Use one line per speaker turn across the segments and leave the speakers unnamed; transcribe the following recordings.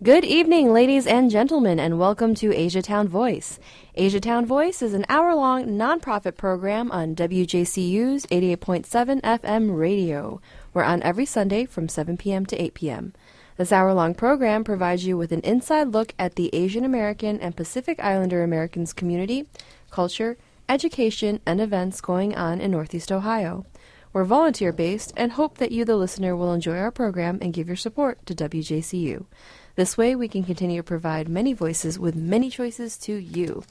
Good evening, ladies and gentlemen, and welcome to Asiatown Voice. Asiatown Voice is an hour long nonprofit program on WJCU's 88.7 FM radio. We're on every Sunday from 7 p.m. to 8 p.m. This hour long program provides you with an inside look at the Asian American and Pacific Islander Americans community, culture, education, and events going on in Northeast Ohio. We're volunteer based and hope that you, the listener, will enjoy our program and give your support to WJCU. This way, we can continue to provide many voices with many choices to you.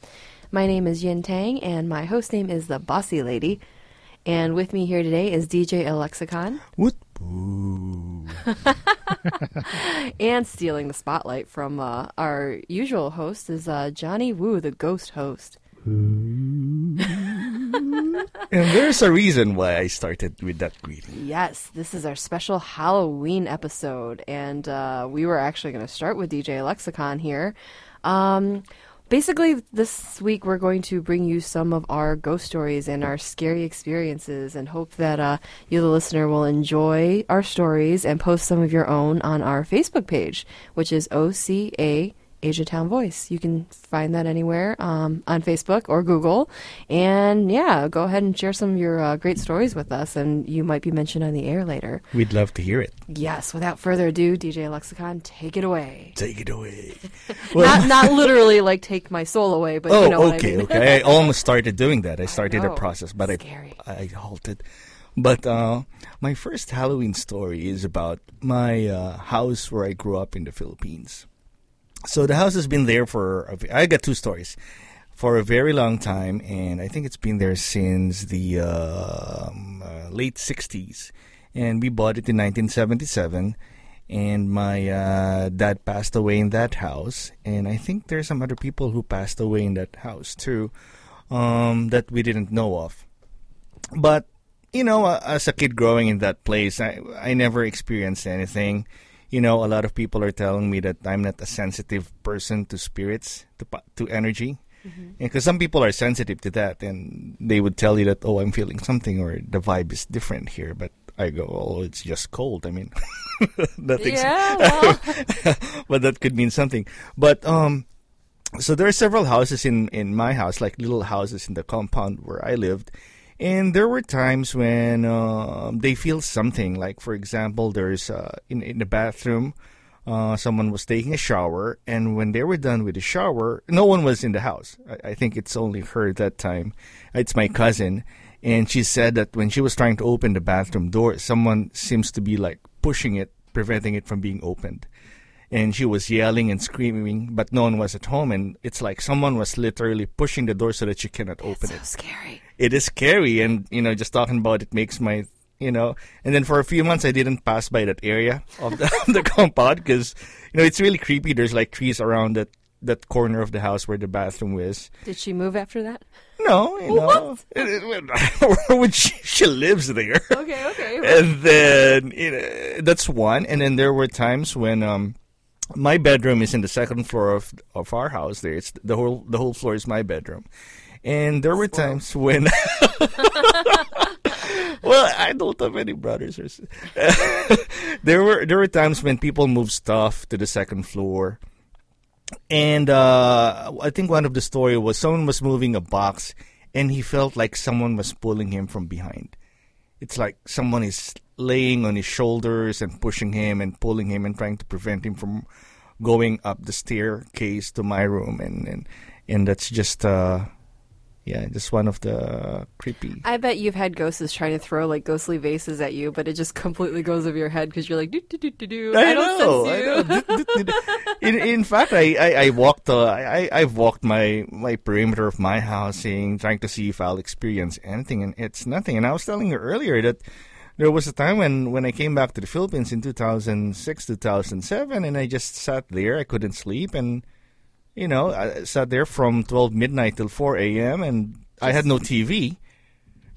My name is Yin Tang, and my host name is The Bossy Lady. And with me here today is DJ Alexicon
What? Boo.
and stealing the spotlight from uh, our usual host is uh, Johnny Wu, the ghost host.
And there's a reason why I started with that greeting.
Yes, this is our special Halloween episode, and uh, we were actually going to start with DJ Lexicon here. Um, basically, this week we're going to bring you some of our ghost stories and our scary experiences, and hope that uh, you, the listener, will enjoy our stories and post some of your own on our Facebook page, which is OCA. Asiatown Voice. You can find that anywhere um, on Facebook or Google. And yeah, go ahead and share some of your uh, great stories with us, and you might be mentioned on the air later.
We'd love to hear it.
Yes, without further ado, DJ Lexicon, take it away.
Take it away. Well,
not not literally like take my soul away, but
oh,
you know what
okay,
I mean.
okay. I almost started doing that. I started the
know.
process, but
Scary.
I, I halted. But uh, my first Halloween story is about my uh, house where I grew up in the Philippines. So the house has been there for a v- I got two stories for a very long time, and I think it's been there since the um, uh, late '60s. And we bought it in 1977, and my uh, dad passed away in that house, and I think there's some other people who passed away in that house too, um, that we didn't know of. But you know, uh, as a kid growing in that place, I I never experienced anything. You know, a lot of people are telling me that I'm not a sensitive person to spirits, to pa- to energy, because some people are sensitive to that, and they would tell you that oh, I'm feeling something or the vibe is different here. But I go, oh, it's just cold. I mean, nothing's
Yeah, well,
but that could mean something. But um, so there are several houses in in my house, like little houses in the compound where I lived, and there were times when um they feel something. Like for example, there's uh, in in the bathroom. Uh, someone was taking a shower, and when they were done with the shower, no one was in the house. I, I think it's only her that time. It's my cousin, and she said that when she was trying to open the bathroom door, someone seems to be like pushing it, preventing it from being opened and she was yelling and screaming, but no one was at home, and it's like someone was literally pushing the door so that she cannot open
so
it.
scary.
It is scary, and you know, just talking about it makes my you know. And then for a few months, I didn't pass by that area of the, the compound because you know it's really creepy. There's like trees around that that corner of the house where the bathroom is.
Did she move after that?
No, you know, where would she, she lives there
Okay, okay.
and then you know, that's one. And then there were times when um, my bedroom is in the second floor of of our house. There, it's the whole the whole floor is my bedroom. And there were times when. Well, I don't have any brothers or. s- there were there were times when people moved stuff to the second floor, and uh, I think one of the story was someone was moving a box, and he felt like someone was pulling him from behind it's like someone is laying on his shoulders and pushing him and pulling him and trying to prevent him from going up the staircase to my room and and, and that's just uh yeah just one of the creepy
I bet you've had ghosts trying to throw like ghostly vases at you, but it just completely goes over your head because you're like, do do do do do. I, don't sense you.
I know. Did- did- did- in, in fact, I, I, I walked. Uh, I, I- I've walked my, my perimeter of my housing, trying to see if I'll experience anything, and it's nothing. And I was telling you earlier that there was a time when, when I came back to the Philippines in 2006, 2007, and I just sat there. I couldn't sleep, and you know, I sat there from 12 midnight till 4 a.m. and I had no TV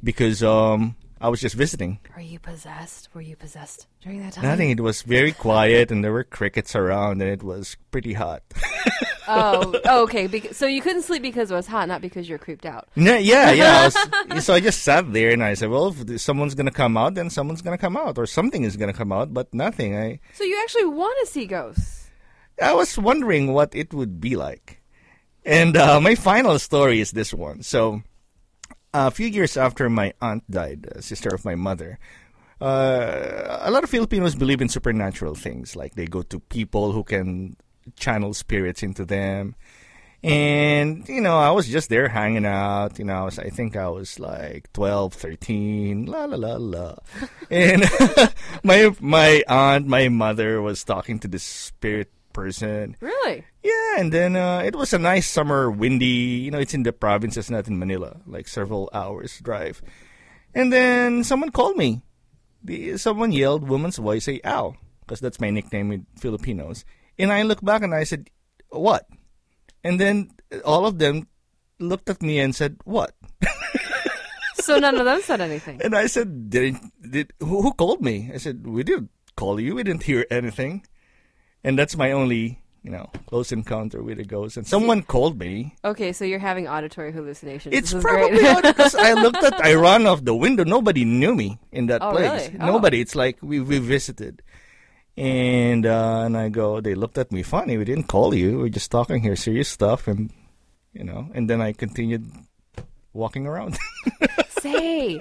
because um, I was just visiting.
Are you possessed? Were you possessed during that time?
Nothing. It was very quiet, and there were crickets around, and it was pretty hot.
Oh, oh, okay. Bec- so you couldn't sleep because it was hot, not because you're creeped out.
yeah, yeah. yeah. I was- so I just sat there, and I said, "Well, if th- someone's gonna come out, then someone's gonna come out, or something is gonna come out, but nothing." I
So you actually want to see ghosts.
I was wondering what it would be like. And uh, my final story is this one. So, a few years after my aunt died, a sister of my mother, uh, a lot of Filipinos believe in supernatural things. Like they go to people who can channel spirits into them. And, you know, I was just there hanging out. You know, I, was, I think I was like 12, 13, la, la, la, la. and my, my aunt, my mother was talking to this spirit person.
Really?
Yeah, and then uh, it was a nice summer, windy. You know, it's in the provinces, not in Manila, like several hours drive. And then someone called me. The, someone yelled, woman's voice, say, ow, because that's my nickname with Filipinos. And I looked back and I said, what? And then all of them looked at me and said, what?
So none of them said anything.
And I said, did, did who, who called me? I said, we didn't call you. We didn't hear anything. And that's my only, you know, close encounter with a ghost. And someone called me.
Okay, so you're having auditory hallucinations.
It's
This is
probably
great.
because I looked at I ran off the window. Nobody knew me in that
Oh,
place.
really? Oh.
Nobody. It's like we we visited, and uh, and I go. They looked at me funny. We didn't call you. We're just talking here, serious stuff, and you know. And then I continued walking around.
Say,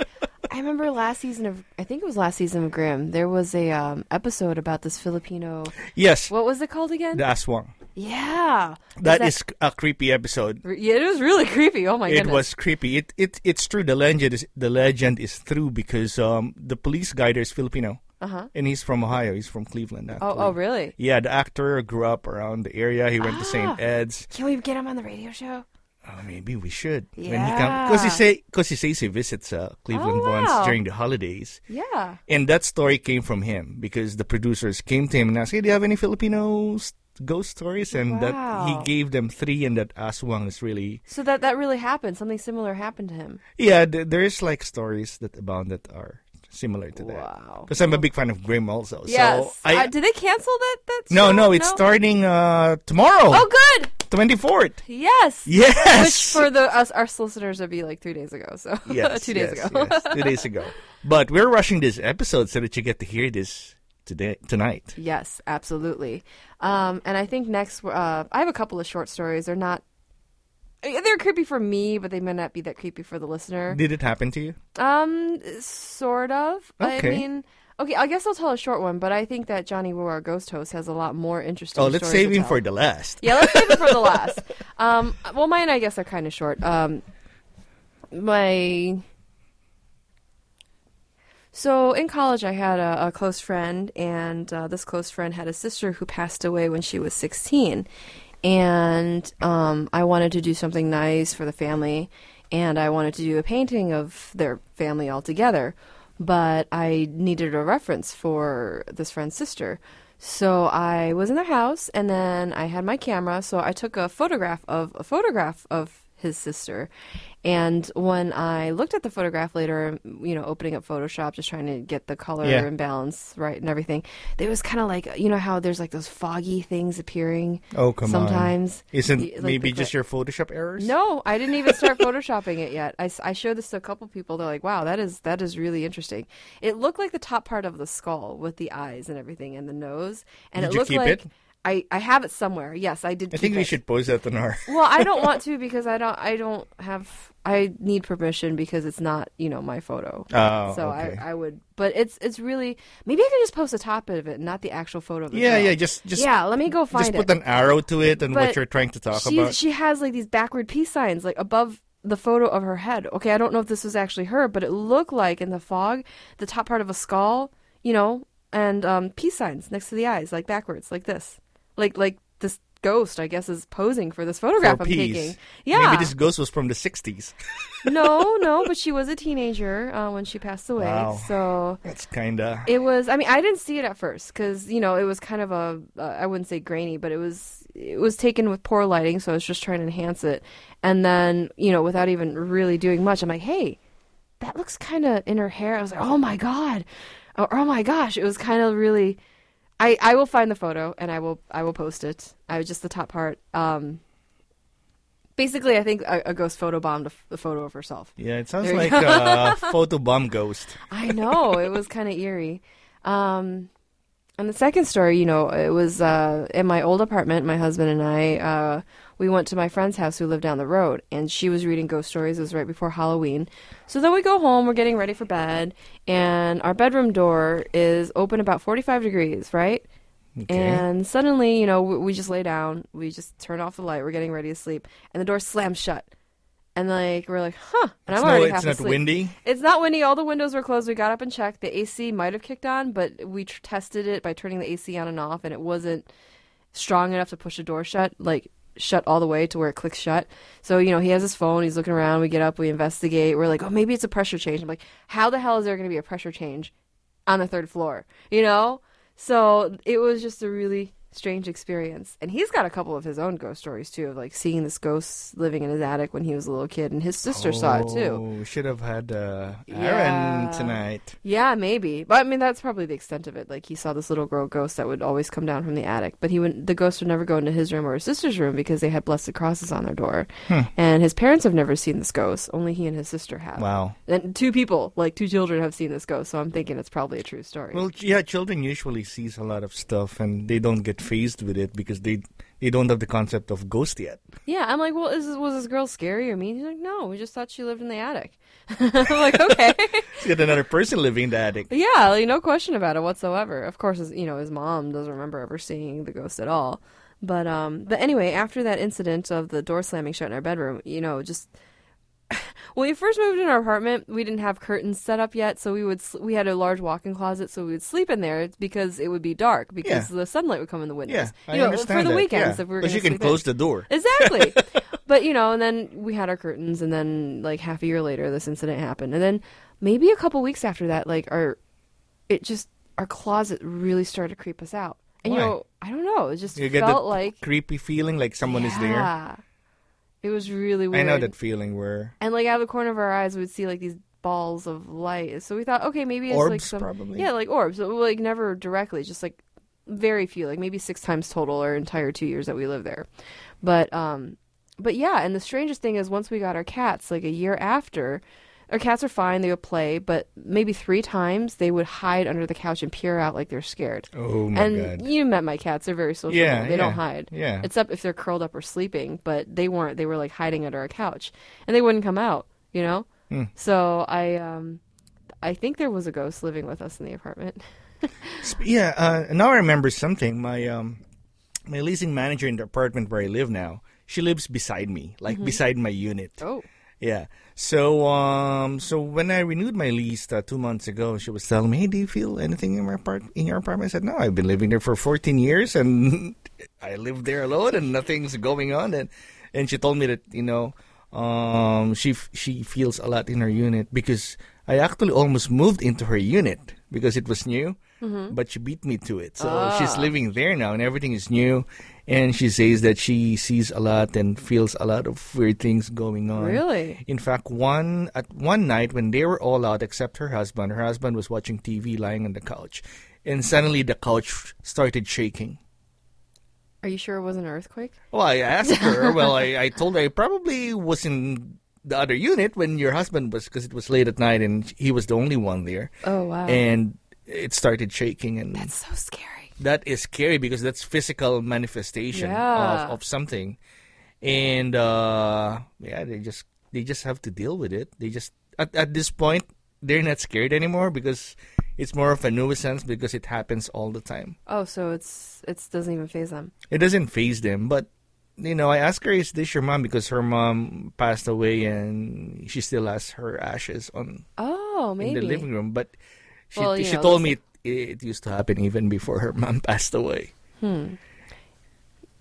I remember last season of I think it was last season of Grimm. There was a um, episode about this Filipino.
yes,
What was it called again?
the Aswang.
yeah,
That is a creepy episode.
re- Yeah, it was really creepy. Oh my
it
goodness.
was creepy. It it it's true. The legend is the legend is true because um the police guy there is Filipino
Uh huh.
and he's from Ohio. He's from Cleveland. Actually.
Oh, oh, really?
Yeah, the actor grew up around the area. He went to
Ah.
St. Ed's.
Can we get him on the radio show?
Oh, maybe we should. When he comes,
Yeah.
because he say, cause he says he visits uh, Cleveland
Oh, wow.
once during the holidays,
Yeah.
and that story came from him because the producers came to him and asked, "Hey, do you have any Filipino s- ghost stories?" And that
Wow.
he gave them three, and that Aswang is really
So that that really happened. Something similar happened to him.
yeah. Th- there is like stories that abound that are similar to that.
Wow.
Because I'm a big fan of Grimm also.
Yes.
So
uh,
I,
did they cancel that? That
no,
show?
no, it's starting uh, tomorrow,
Oh, good.
24th.
Yes.
Yes.
Which for the us our solicitors would be like three days ago. So
yes,
two days
yes,
ago.
yes, two days ago. But we're rushing this episode so that you get to hear this today tonight.
Yes, absolutely. Um, and I think next, uh, I have a couple of short stories. They're not, eh, they're creepy for me, but they may not be that creepy for the listener.
Did it happen to you?
Um, sort of. I
Okay.
mean, okay, I guess I'll tell a short one, but I think that Johnny Wu, our ghost host, has a lot more interesting.
Oh, let's
stories
save
to
him
tell.
for the last.
Yeah, let's save it for the last. Um, well, mine I guess are kind of short. Um, my so in college I had a, a close friend, and uh, this close friend had a sister who passed away when she was sixteen, and um, I wanted to do something nice for the family, and I wanted to do a painting of their family all together, but I needed a reference for this friend's sister. So I was in their house, and then I had my camera, so I took a photograph of a photograph of his sister. And when I looked at the photograph later, you know, opening up Photoshop, just trying to get the color
Yeah.
and balance right and everything, there was kind of like, you know, how there's like those foggy things appearing
Oh, come on.
sometimes.
Isn't
Y- like
maybe
the
just your Photoshop errors?
no, I didn't even start photoshopping it yet. I, s- I showed this to a couple people. They're like, "Wow, that is that is really interesting." It looked like the top part of the skull with the eyes and everything and the nose, and
Did
it
you
looked
keep
like
it?
I I have it somewhere. Yes, I did.
I think
keep
we
it.
should post that on our.
Well, I don't want to because I don't I don't have I need permission because it's not you know my photo.
Oh,
so
okay.
I, I would, but it's it's really maybe I can just post the top of it, not the actual photo. Of the
yeah,
girl.
yeah. Just, just,
yeah. Let me go find
just
it.
put an arrow to it and
But
what you're trying to talk
she
about.
she has like these backward peace signs like above the photo of her head. Okay, I don't know if this was actually her, but it looked like in the fog the top part of a skull, you know, and um, peace signs next to the eyes, like backwards, like this, like like this ghost, I guess, is posing for this photograph
for
I'm
peas.
taking. Yeah,
Maybe this ghost was from the 60s.
no, no, but she was a teenager uh, when she passed away,
Wow.
so
That's kind of.
it was. I mean, I didn't see it at first because you know it was kind of a. Uh, I wouldn't say grainy, but it was. It was taken with poor lighting, so I was just trying to enhance it. And then you know, without even really doing much, I'm like, hey, that looks kind of in her hair. I was like, oh my god, oh, oh my gosh, it was kind of really. I I will find the photo and I will I will post it. I was just the top part. Um. Basically, I think a, a ghost photo bombed a, f- a photo of herself.
Yeah, it sounds
There you
like a photobomb ghost.
I know it was kind of eerie. Um, And the second story, you know, it was uh, in my old apartment. My husband and I, uh, we went to my friend's house who lived down the road, and she was reading ghost stories. It was right before Halloween. So then we go home, we're getting ready for bed, and our bedroom door is open about 45 degrees, right?
Okay.
And suddenly, you know, we, we just lay down, we just turn off the light, we're getting ready to sleep, and the door slams shut. And like we're like, huh? And
It's
I'm
no-
already
it's
half
not
asleep.
windy?
It's not windy. All the windows were closed. We got up and checked. The AC might have kicked on, but we tr- tested it by turning the AC on and off, and it wasn't strong enough to push the door shut, like shut all the way to where it clicks shut. So, you know, he has his phone. He's looking around. We get up. We investigate. We're like, oh, maybe it's a pressure change. I'm like, how the hell is there going to be a pressure change on the third floor? You know? So it was just a really strange experience. And he's got a couple of his own ghost stories, too, of like seeing this ghost living in his attic when he was a little kid, and his sister saw it, too.
Oh, we should have had uh, Aaron
Yeah.
tonight.
Yeah, maybe. But I mean, that's probably the extent of it. Like he saw this little girl ghost that would always come down from the attic, but he would the ghost would never go into his room or his sister's room because they had blessed crosses on their door,
Hmm.
and his parents have never seen this ghost. Only he and his sister have.
Wow.
And two people, like two children, have seen this ghost. So I'm thinking it's probably a true story.
Well, ch- yeah, children usually sees a lot of stuff and they don't get phased with it because they they don't have the concept of ghost yet.
yeah, I'm like, well, is this, was this girl scary or mean? He's like, no, we just thought she lived in the attic. I'm like, okay.
She had another person living in the attic.
Yeah, like no question about it whatsoever. Of course, his, you know his mom doesn't remember ever seeing the ghost at all. But um, but anyway, after that incident of the door slamming shut in our bedroom, you know, just when we first moved in our apartment, we didn't have curtains set up yet, so we would sl- we had a large walk-in closet, so we would sleep in there because it would be dark because
Yeah.
the sunlight would come in the windows.
Yeah, I
you know,
understand
for the
that.
weekends
yeah.
if we were
But
gonna
you can
sleep in.
close the door.
Exactly. but you know, and then we had our curtains, and then like half a year later, this incident happened, and then maybe a couple weeks after that, like our it just our closet really started to creep us out, and you
Why?
know, I don't know, it just
You get
felt
that
like
creepy feeling like someone is there.
yeah, it was really
I
weird.
know that feeling where
And like out of the corner of our eyes, we'd see like these balls of light. So we thought, okay, maybe it's like
Orbs,
some
probably.
yeah, like orbs. But, Like never directly, just like very few, like maybe six times total our entire two years that we lived there. But um, but yeah. And the strangest thing is, once we got our cats, like a year after. Our cats are fine; they would play, but maybe three times they would hide under the couch and peer out like they're scared.
oh my
and
god.
you met my cats; they're very social.
Yeah,
they don't
yeah,
hide
yeah.
except if they're curled up or sleeping but they weren't they were like hiding under a couch and they wouldn't come out you know
Hmm.
so i um i think there was a ghost living with us in the apartment
Sp- Yeah, uh, now I remember something. My um, my leasing manager in the apartment where I live now, she lives beside me, like beside my unit.
oh
Yeah. So um, so when I renewed my lease uh, two months ago, she was telling me, "Hey, do you feel anything in my apart in your apartment?" I said, "No, I've been living there for 14 years, and I live there alone, and nothing's going on." And and she told me that you know, um, she f- she feels a lot in her unit because I actually almost moved into her unit because it was new, but she beat me to it. So she's living there now, and everything is new. And she says that she sees a lot and feels a lot of weird things going on.
really
In fact, one at one night when they were all out except her husband, her husband was watching TV lying on the couch, and suddenly the couch started shaking.
are you sure it wasn't an earthquake
Well, I asked her. well, I, I told her I probably was in the other unit when your husband was because it was late at night and he was the only one there,
oh wow
and it started shaking and
that's so scary
that is scary because that's physical manifestation
Yeah.
of, of something and uh yeah they just they just have to deal with it they just at, at this point they're not scared anymore because it's more of a nuisance because it happens all the time
oh so it's it doesn't even phase them
it doesn't phase them but you know i asked her is this your mom because her mom passed away and she still has her ashes on
oh
in
maybe
the living room but she,
Well, you
she
know,
told
that's-
me it, it used to happen even before her mom passed away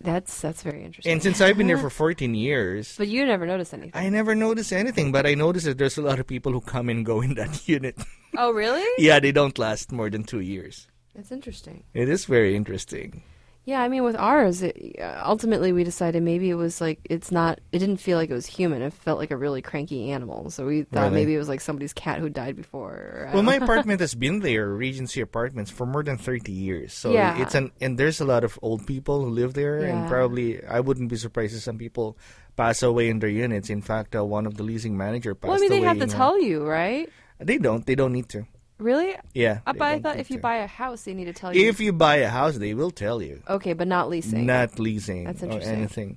that's that's very interesting
And since I've been there for 14 years,
but you never notice anything
I never notice anything. But I notice that there's a lot of people who come and go in that unit.
oh really
yeah, they don't last more than two years.
that's interesting
It is very interesting.
Yeah, I mean, with ours, it, uh, ultimately we decided maybe it was like it's not. It didn't feel like it was human. It felt like a really cranky animal. So we thought
Really?
maybe it was like somebody's cat who died before. or I
Well,
don't-
my apartment has been there, Regency Apartments, for more than 30 years. So
Yeah.
it's an and there's a lot of old people who live there,
Yeah.
and probably I wouldn't be surprised if some people pass away in their units. In fact, uh, one of the leasing manager passed
well, I mean, they
away.
have to
in her-
tell you, right?
They don't. They don't need to.
Really?
Yeah.
Uh,
they
but I
don't
thought if
need
you
to.
buy a house, they need to tell you.
If you buy a house, they will tell you.
okay, but not leasing.
Not leasing
That's
or
interesting.
anything.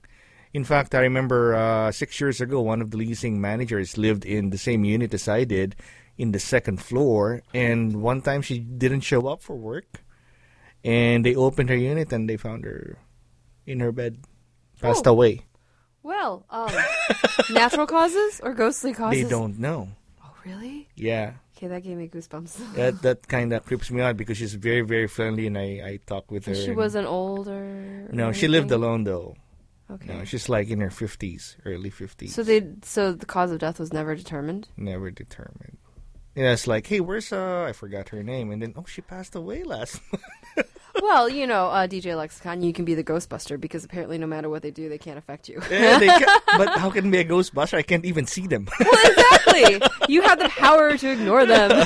In fact, I remember uh, six years ago, one of the leasing managers lived in the same unit as I did in the second floor. And one time she didn't show up for work. And they opened her unit and they found her in her bed, passed
Oh.
away.
Well, um, natural causes or ghostly causes?
They don't know.
Oh, really?
Yeah.
Okay, that gave me goosebumps.
That, that kind of creeps me out because she's very, very friendly and I, I talk with her.
she
and-
wasn't older.
No, she lived alone though.
Okay.
No, she's like in her 50s, early 50s.
so they. So the cause of death was never determined.
never determined. Yeah, it's like, hey, where's uh? I forgot her name, and then oh, she passed away last. month.
well, you know, uh, DJ Lexicon, you can be the Ghostbuster because apparently, no matter what they do, they can't affect you.
yeah, they ca- but how can it be a Ghostbuster? I can't even see them.
exactly. You have the power to ignore them.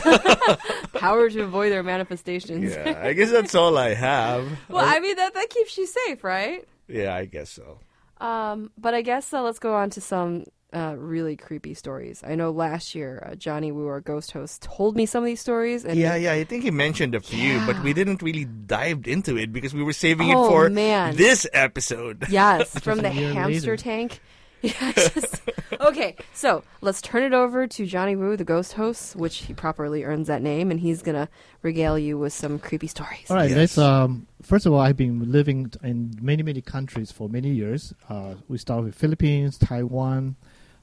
power to avoid their manifestations.
yeah, I guess that's all I have.
Well, I mean that that keeps you safe, right?
yeah, I guess so.
Um, but I guess uh, let's go on to some uh, really creepy stories. I know last year uh, Johnny Wu, our ghost host, told me some of these stories, and
Yeah, yeah, I think he mentioned a few, but we didn't really dive into it because we were saving
Oh,
it for
man.
this episode.
yes, from
a
the
year
hamster
later.
tank. Yeah, it's just, okay, so let's turn it over to Johnny Wu, the ghost host, which he properly earns that name, and he's gonna regale you with some creepy stories.
All right,
Yes.
let's. Um, first of all, I've been living in many, many countries for many years. Uh, we start with Philippines, Taiwan,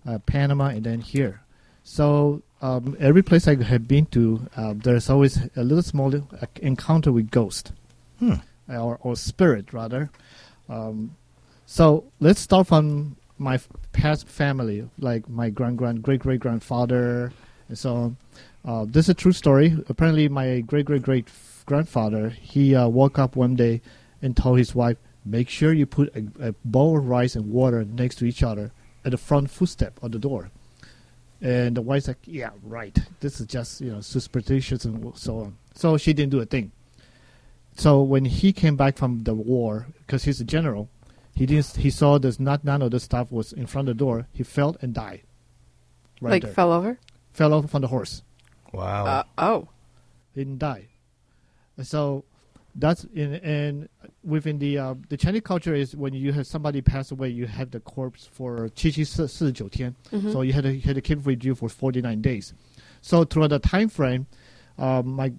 uh, Panama, and then here. So um, every place I have been to, uh, there's always a little small uh, encounter with ghost
Hmm.
or, or spirit rather. Um, so let's start from my f- past family, like my grand grand great great grandfather, and so on. Uh, this is a true story. Apparently, my great great great grandfather he uh, woke up one day and told his wife, "Make sure you put a, a bowl of rice and water next to each other at the front footstep of the door." And the wife's like, "Yeah, right. This is just you know superstitious and so on." So she didn't do a thing so when he came back from the war, because he's a general, he didn't. He saw this. Not none of the stuff was in front of the door. He fell and died. Right
like
there.
fell over.
fell off from the horse.
Wow.
Uh, oh,
He didn't die. And So that's in and within the uh, the Chinese culture is when you have somebody pass away, you have the corpse for 七七四十九天.
Mhm.
So you had to, you had to keep it with you for 49 days. So throughout the time frame, um, my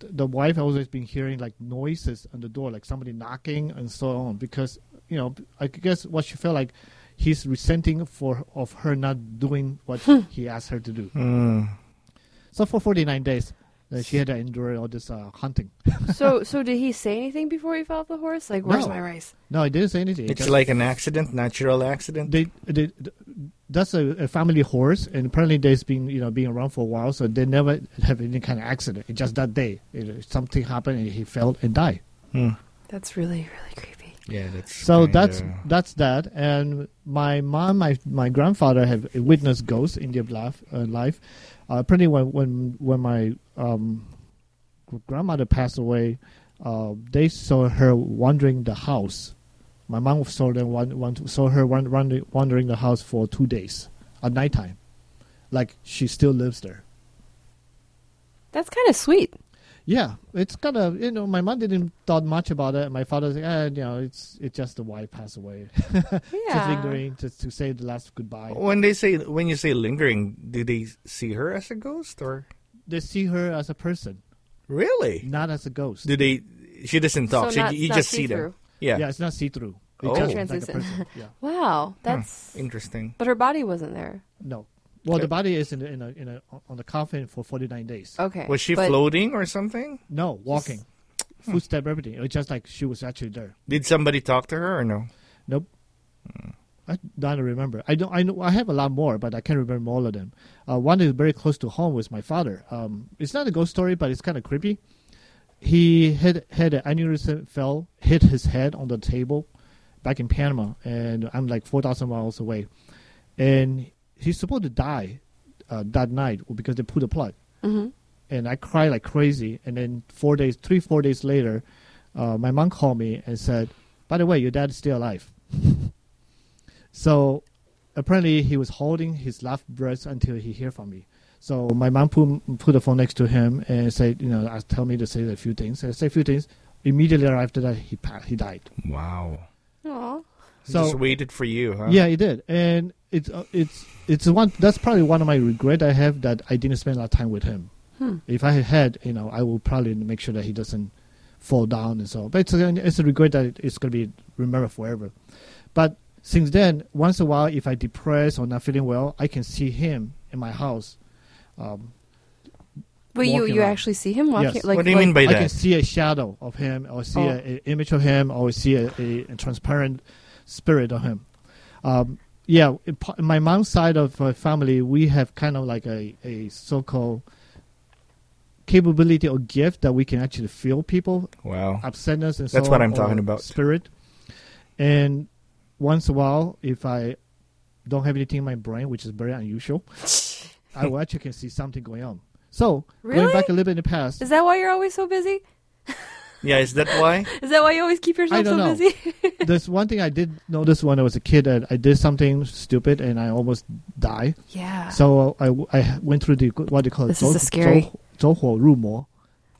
the wife always been hearing like noises on the door, like somebody knocking and so on. Because you know, I guess what she felt like he's resenting for of her not doing what he asked her to do.
Hmm.
So for 49 days, uh, she had to endure all this uh, hunting.
so so did he say anything before he fell off the horse? Like, where's
No.
my rice?
No, it didn't say anything. It
It's
just-
like an accident, natural accident.
they, they, that's a, a family horse, and apparently they've been you know been around for a while, so they never have any kind of accident. It's just that day, it, something happened, and he fell and died.
Hmm.
That's really really creepy.
Yeah, that's
So
kinda-
that's that's that. And my mom, my my grandfather have witnessed ghosts in their life. Uh, life. Uh, apparently, when when when my um, grandmother passed away, uh, they saw her wandering the house. My mom saw them one, one, saw her wan- wan- wandering the house for two days at nighttime, like she still lives there.
That's kind of sweet.
Yeah, it's kind of you know my mom didn't thought much about it. and My father's like, ah, you know, it's it's just the wife passed away. just lingering to, to say the last goodbye.
When they say when you say lingering, do they see her as a ghost or
They see her as a person,
really?
not as a ghost.
Do they? She doesn't talk. she,
not-
you
not
just see them.
see-through.
Yeah.
yeah, it's not see through.
Oh.
It's just like a
Translucent.
person. Yeah,
Wow, that's
Interesting.
Hmm. but her body wasn't there.
no. Well,
Okay. Oh.
the body is in a, in a, in a, on the coffin for forty nine days.
Okay,
Was she
but-
floating or something?
No, walking, footstep, everything. It was just like she was actually there.
Did somebody talk to her or no?
Nope. I don't remember. I don't. I know. I have a lot more, but I can't remember all of them. Uh, one is very close to home was my father. Um, it's not a ghost story, but it's kind of creepy. He had had an aneurysm, fell, hit his head on the table, back in Panama, and I'm like four thousand miles away, and he's supposed to die uh, that night because they pulled the plug
Mhm.
and I cried like crazy. And then four days, three four days later, uh, my mom called me and said, "By the way, your dad's still alive." so apparently, he was holding his left breast until he hear from me. So my mom put, put the phone next to him and said, you know, asked, tell me to say a few things. I said a few things. Immediately after that, he passed, he died.
Wow.
Aw.
So
Just waited for you, huh?
yeah, he did, and it's uh, it's it's one that's probably one of my regret I have that I didn't spend a lot of time with him.
Hmm.
If I had, you know, I would probably make sure that he doesn't fall down and so. on. But it's a, it's a regret that it's going to be remembered forever. But since then, once in a while, if I depressed or not feeling well, I can see him in my house. Um,
Wait, you
Walking
you
around.
actually see him walking?
Yes.
Like,
what do you
like-
mean by
I
that?
can see a shadow of him, or see
Oh.
an image of him, or see a, a, a transparent spirit of him. Um, yeah, in pa- in my mom's side of my family, we have kind of like a, a so-called capability or gift that we can actually feel people,
Wow.
absentness and so
That's what
on,
I'm talking
or
about.
Spirit. And once in a while, if I don't have anything in my brain, which is very unusual, I will actually can see something going on. So,
Really?
going back a little bit in the past,
is that why you're always so busy?
Yeah, is that why?
Is that why you always keep yourself
I don't
so
know.
busy?
There's one thing I did notice when I was a kid that I did something stupid and I almost died.
yeah.
So uh, I, I went through the what they call
Ah. This is a scary-
rumor.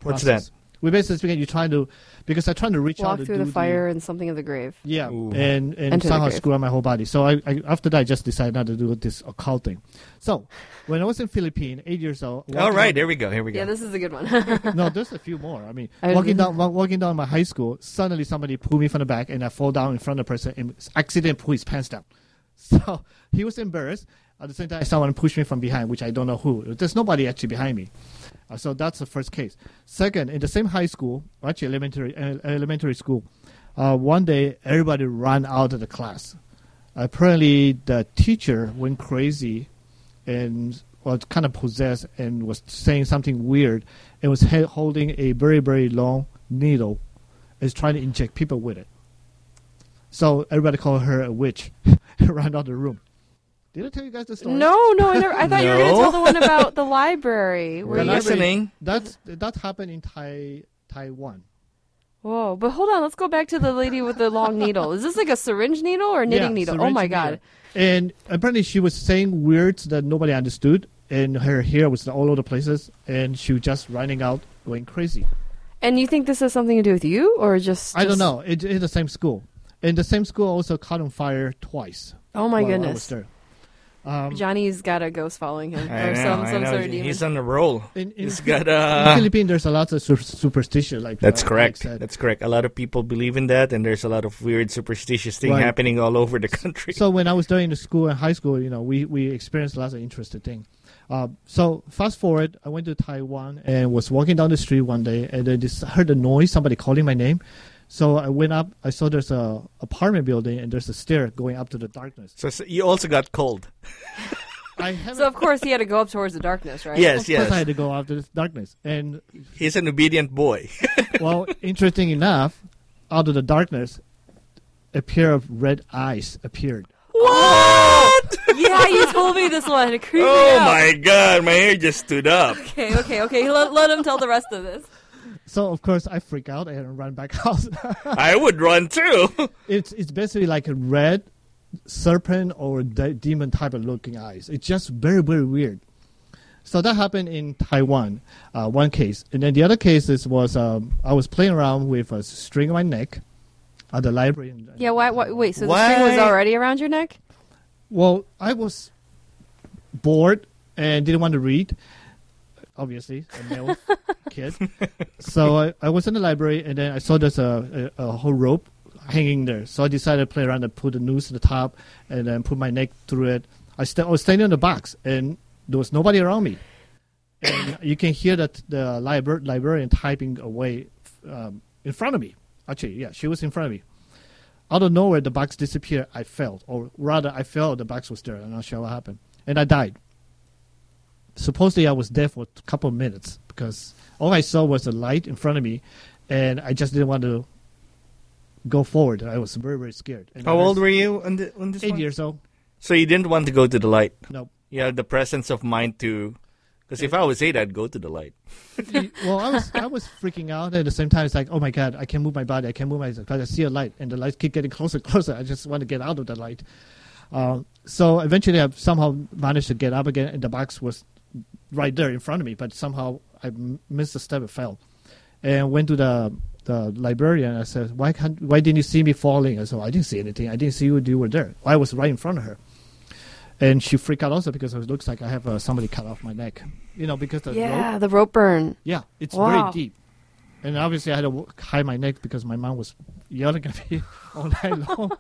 What's that?
We basically speaking, you're trying to because I'm trying to reach out
Walk
to
through
do
the fire and something of the grave.
yeah,
Ooh.
and and
Enter the
somehow
grave.
screw up my whole body. So I, I after that I just decided not to do this occult thing. So when I was in Philippines, eight years old.
All
walking
right,
down-
there we go. Here we go.
Yeah, this is a good one.
no, there's a few more. I mean,
I
walking
remember.
down wa- walking down my high school, suddenly somebody pulled me from the back, and I fall down in front of the person and accidentally pull his pants down. So he was embarrassed. At the same time, someone pushed me from behind, which I don't know who. There's nobody actually behind me. Uh, so that's the first case. Second, in the same high school, or actually elementary uh, elementary school, uh, one day everybody ran out of the class. Apparently, the teacher went crazy and was kind of possessed and was saying something weird and was he- holding a very very long needle is trying to inject people with it so everybody called her a witch ran out of the room did i tell you guys the story
no, no, I, never, I thought you were going to
No.
tell the one about the library. Where
We're
Well,
you,
that's-
listening.
that's that happened in tai taiwan
whoa, but hold on, let's go back to the lady with the long needle. Is this like a syringe needle or a knitting
Yeah,
needle? Oh
syringe
my
needle.
god.
And apparently, she was saying words that nobody understood, and her hair was all over the places, and she was just running out, going crazy.
And you think this has something to do with you or just,
I don't
just-
know. It, in the same school, and the same school also caught on fire twice.
Oh my
while I was
goodness.
there. Um,
Johnny's got a ghost following him
I
or
know,
some
I
some
know.
sort of demon.
He's on a roll.
in, in,
He's got
in
uh,
Philippines, there's a lot of su- superstition. Like
That's
uh,
correct.
Alex said.
That's correct. A lot of people believe in that, and there's a lot of weird superstitious thing
Right.
happening all over the country.
so when I was doing the school and high school, you know, we, we experienced lots of interesting things. Uh, so fast forward, I went to Taiwan and was walking down the street one day, and I just heard a noise, somebody calling my name. So I went up. I saw there's a apartment building and there's a stair going up to the darkness.
So, so you also got cold.
I haven't.
So of course he had to go up towards the darkness, right?
of
Yes,
course,
yes.
I had to go after this darkness. And
He's an obedient boy.
well, interesting enough, out of the darkness, a pair of red eyes appeared.
What?
yeah, you told me this one. It creeped me
Oh
out.
my God! My hair just stood up.
Okay, okay, okay. Let, let him tell the rest of this.
So of course I freak out and run back out.
I would run too.
It's it's basically like a red serpent or de- demon type of looking eyes. It's just very very weird. So that happened in Taiwan, uh, one case, and then the other case is, was um, I was playing around with a string on my neck at the library. In,
Yeah, why, why wait, so the
Why-
string was already around your neck?
Well, I was bored and didn't want to read. Obviously, a male kid. So I, I was in the library and then I saw there's a, a, a whole rope hanging there. So I decided to play around and put the noose at the top and then put my neck through it. I, st- I was standing on the box and there was nobody around me. And you can hear that the libra- librarian typing away um, in front of me. Actually, yeah, she was in front of me out of nowhere the box disappeared i fell or rather i fell the box was there i'm not sure what happened and i died supposedly i was dead for a couple of minutes because all i saw was a light in front of me and i just didn't want to go forward i was very very scared and
How
I
old
was
were you on, the, on this
eight
one?
years old
So you didn't want to go to the light.
no
You had the presence of mind to. Because if I was eight, I'd go to the light.
well i was i was freaking out at the same time it's like oh my god i can move my body i can move my because i see a light and the light keep getting closer and closer i just want to get out of the light um, so eventually i somehow managed to get up again and the box was right there in front of me, but somehow I m- missed a step and fell. And went to the the librarian. I said, "Why can't? Why didn't you see me falling?" I said, "I didn't see anything. I didn't see you. You were there. I was right in front of her." And she freaked out also because it looks like I have uh, somebody cut off my neck. You know, because the rope-
yeah, the rope burn.
yeah, it's
Wow.
very deep. And obviously, I had to w- hide my neck because my mom was yelling at me all night long.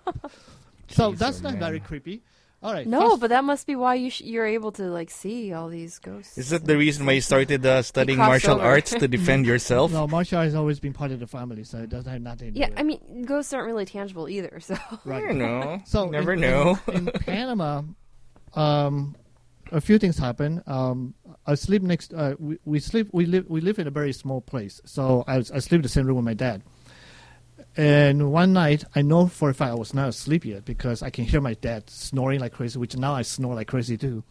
so
Jeez,
that's
oh,
not
man.
very creepy. All right.
No,
first-
but that must be why you sh- you're able to like see all these ghosts.
Is that the reason why you started uh, studying
crossed
martial
over.
arts to defend yourself?
no, martial art has always been part of the family, so it doesn't have nothing. To
yeah,
do with
I mean, ghosts aren't really tangible either. So
it.
I
right.
don't know.
So
never
in,
know.
in, in Panama, um, a few things happen. Um, I sleep next. Uh, we, we sleep. We live. We live in a very small place. So I, was- I sleep in the same room with my dad. And one night, I know for a fact I was not asleep yet because I can hear my dad snoring like crazy, which now I snore like crazy too.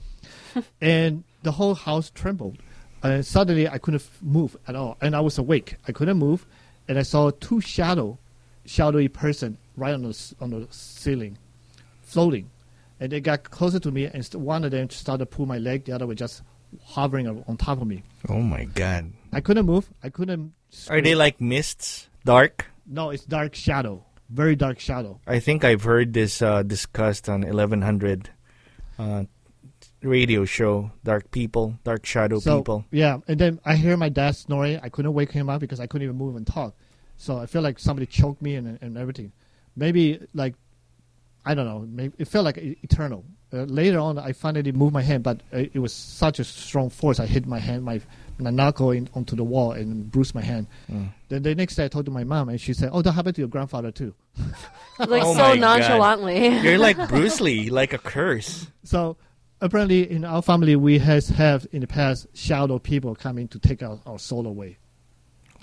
and the whole house trembled. And suddenly, I couldn't f- move at all, and I was awake. I couldn't move, and I saw two shadow, shadowy person right on the s- on the ceiling, floating. And they got closer to me, and st- one of them started to pull my leg. The other was just hovering on on top of me.
oh my god.
I couldn't move. I couldn't.
Are they
scream.
like mists? Dark?
No, it's dark shadow, very dark shadow.
I think I've heard this uh, discussed on 1100 uh, radio show. Dark people, dark shadow people.
Yeah, and then I hear my dad snoring. I couldn't wake him up because I couldn't even move and talk. So I feel like somebody choked me and and everything. Maybe like I don't know. Maybe it felt like e- eternal. Uh, later on, I finally moved my hand, but uh, it was such a strong force. I hit my hand, my, my knuckle in, onto the wall and bruised my hand.
Mm.
Then the next day, I told to my mom, and she said, "Oh, that happened to your grandfather too."
like
Oh
so
my God.
nonchalantly.
You're like Bruce Lee, like a curse.
So apparently, in our family, we has have in the past shadow people coming to take our, our soul away.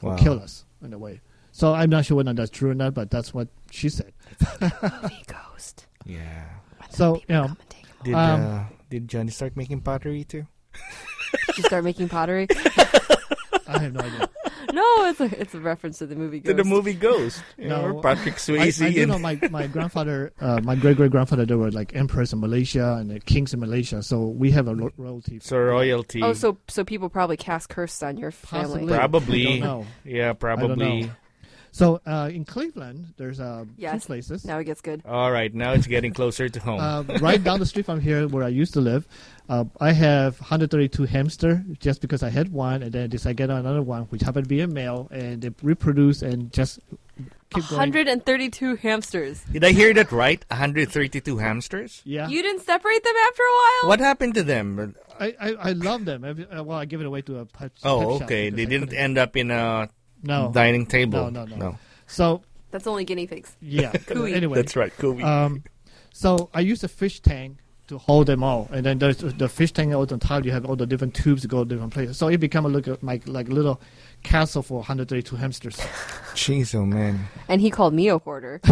Wow.
or kill us in a way. So I'm not sure whether that's true or not, but that's what she said.
Movie ghost.
Yeah.
When the
So,
people
yeah.
come and take 'em
Did
Um,
uh, did Johnny start making pottery too?
off. You start making pottery.
I have no idea.
No, it's a, it's a reference to the movie ghost.
To the movie Ghost. You
No.
know, Patrick
I,
Swayze
I do
and
know my, my grandfather, uh, my great great grandfather, they were like emperors in Malaysia and the kings in Malaysia. So we have a ro- royalty.
so royalty.
Oh, so so people probably cast curse on your
possibly.
family.
Probably.
I don't know.
yeah, probably.
know. So uh, in Cleveland, there's uh,
Yes.
two places.
Now it gets good.
All right, now it's getting closer to home.
Uh, right down the street from here, where I used to live, uh, I have 132 hamster. Just because I had one, and then I decided to get another one, which happened to be a male, and they reproduce and just keep going.
132 hamsters.
Did I hear that right? 132 hamsters?
Yeah,
You didn't separate them after a while?
What happened to them?
I, I, I love them. Every, uh, well, I give it away to a pet.
Oh,
pet shop
okay.
because
They
I
didn't
couldn't-
end up in a
No.
dining table.
No, no, no. So
That's only guinea pigs.
yeah.
Cooey.
anyway,
That's right, Kobe.
Um, so I use a fish tank to hold them all, and then there's the fish tank out on top. You have all the different tubes to go to different places. So it become a look at like like little castle for 132 hamsters.
Jeez, oh man.
And he called me a hoarder.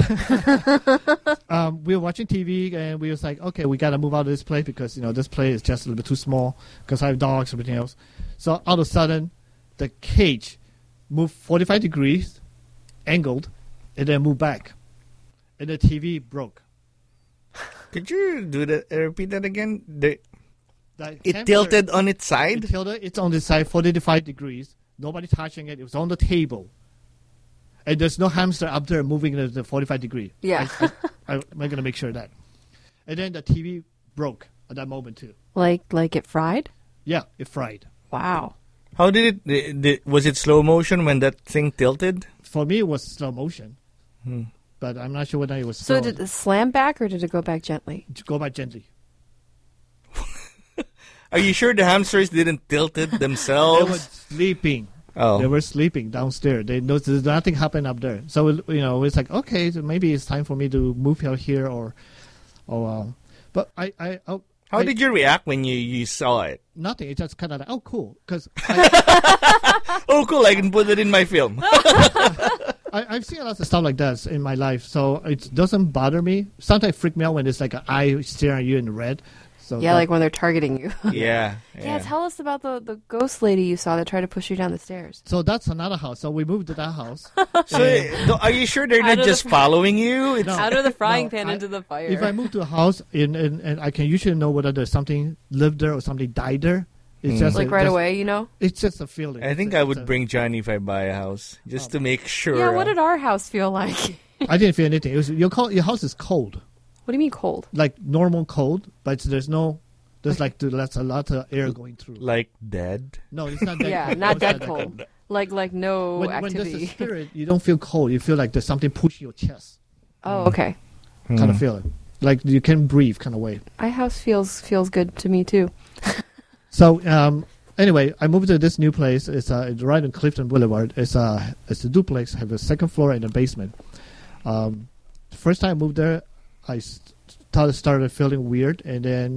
um, we were watching TV and we was like, okay, we gotta move out of this place because you know this place is just a little bit too small because I have dogs and everything else. So all of a sudden, the cage moved 45 degrees, angled, and then moved back, and the TV broke.
Could you do that? uh, Repeat that again. The,
The
it
hamster-
tilted on its
It
side.
tilted. It's on the side 45 degrees. Nobody touching it. It was on the table. And there's no hamster up there moving at the 45 degree.
Yeah.
I, I, I'm gonna make sure of that. And then the TV broke at that moment too.
like like it fried?
Yeah, it fried.
Wow.
How did it? the- the- was it slow motion when that thing tilted?
For me, it was slow motion,
Hmm.
but I'm not sure whether it was
So,
slow.
did it slam back or did it go back gently?
Go by gently.
Are you sure the hamsters didn't tilt it
They were
themselves?
sleeping. They
oh,
were sleeping downstairs. They no, there's nothing happened up there. So you know, it's like okay, so maybe it's time for me to move out here or, or. Um, but I, I, oh,
how
I-
did you react when you, you saw it?
nothing? It's just kind of like oh, cool, because
Oh, cool! I can put it in my film.
I, I've seen a lot of stuff like that in my life, so it doesn't bother me. Sometimes it freak me out when it's like an eye staring at you in red. So
Yeah,
that-
like when they're targeting you.
yeah,
Yeah, tell us about the, the ghost lady you saw that tried to push you down the stairs.
so that's another house. So we moved to that house.
So, eh, th- are you sure they're
Out of
not
the
just
fr-
following you? It's,
No.
Out of the frying
No,
pan
I-
into the fire.
If I move to a house and, and, and I can usually know whether there's something lived there or something died there, It's
Mm.
just
like
a-
right
just-
away, you know?
It's just a feeling.
I think
It's a-
I
it's
would
a-
bring Johnny if I buy a house, just to
Oh.
make sure.
Yeah, what
uh,
did our house feel like?
I didn't feel anything. It was your co- your house is cold,
What do you mean cold?
like normal cold, but there's no there's like there's a lot of air going through.
like dead?
No, it's not that.
Yeah,
cold.
not
It's
that cold. Like like no
When, when there's a
activity.
spirit, you don't feel cold. You feel like there's something pushing your chest,
oh, okay.
Hmm.
kind of feeling. Like you can breathe, kind of way.
My house feels feels good to me too.
So um, anyway, I moved to this new place. It's, uh, it's right in Clifton Boulevard. It's a it's a duplex. Have a second floor and a basement. Um, the first time I moved there, I st- started started feeling weird, and then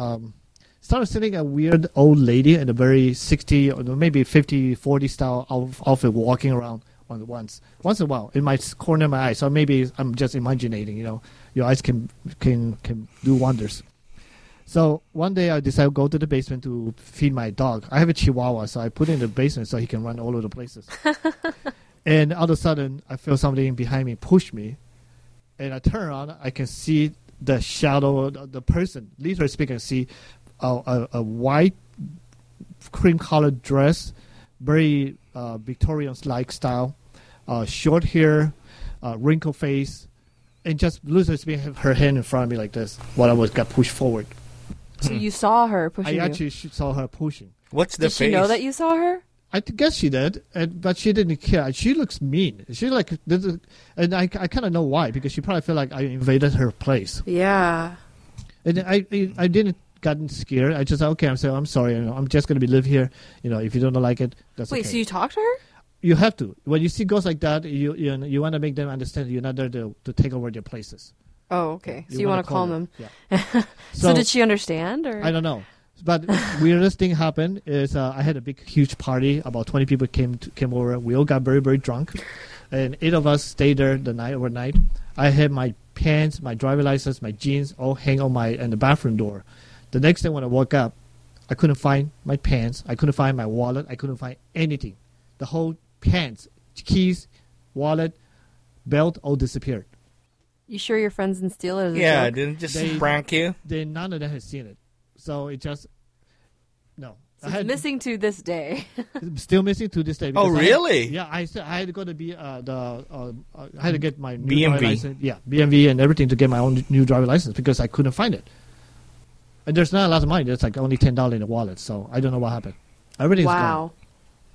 um, started seeing a weird old lady in a very sixty or maybe 50, 40 style outf- outfit walking around on once once in a while in my s- corner of my eye. So maybe I'm just imaginating. You know, your eyes can can can do wonders. So one day I decided to go to the basement to feed my dog. I have a chihuahua, so I put it in the basement so he can run all over the places. and all of a sudden, I feel something behind me push me. And I turn around, I can see the shadow, the, the person, literally speaking, see a, a, a white cream colored dress, very uh, Victorian like style, uh, short hair, uh, wrinkled face, and just literally speaking, have her hand in front of me like this while I was got pushed forward.
So you saw her
Hmm. I
pushing you.
actually sh saw her pushing.
What's the
Did she
face?
know that you saw her?
I th- guess she did, and, but she didn't care. She looks mean. She like, this is- and I, I kind of know why because she probably felt like I invaded her place,
Yeah.
and I I, I didn't gotten scared. I just okay, I'm saying I'm sorry. You know, I'm just gonna be live here. You know, if you don't like it, that's
Wait,
okay.
so you talked to her?
you have to when you see ghosts like that, you you, you want to make them understand you're not there to, to take over their places.
Oh, okay. So you, want to calm them.
Yeah.
So, did she understand or
I don't know. But weirdest thing happened is uh, I had a big, huge party. About twenty people came to, came over. We all got very, very drunk, and eight of us stayed there the night overnight. I had my pants, my driver license, my jeans all hang on my in the bathroom door. The next day when I woke up, I couldn't find my pants. I couldn't find my wallet. I couldn't find anything. The whole pants, keys, wallet, belt all disappeared.
you sure your friends didn't steal it as a
Yeah,
joke?
didn't just
They-
prank you.
They none of them had seen it, so it just no.
So it's missing to this day.
still missing to this day.
Oh,
because I had-
really?
yeah, I said I had got to be uh, the uh, uh, I had to get my new
BMV.
driver license. Yeah, BMV and everything to get my own new driver license because I couldn't find it. And there's not a lot of money. There's like only ten dollars in the wallet, so I don't know what happened. Everything's gone.
wow.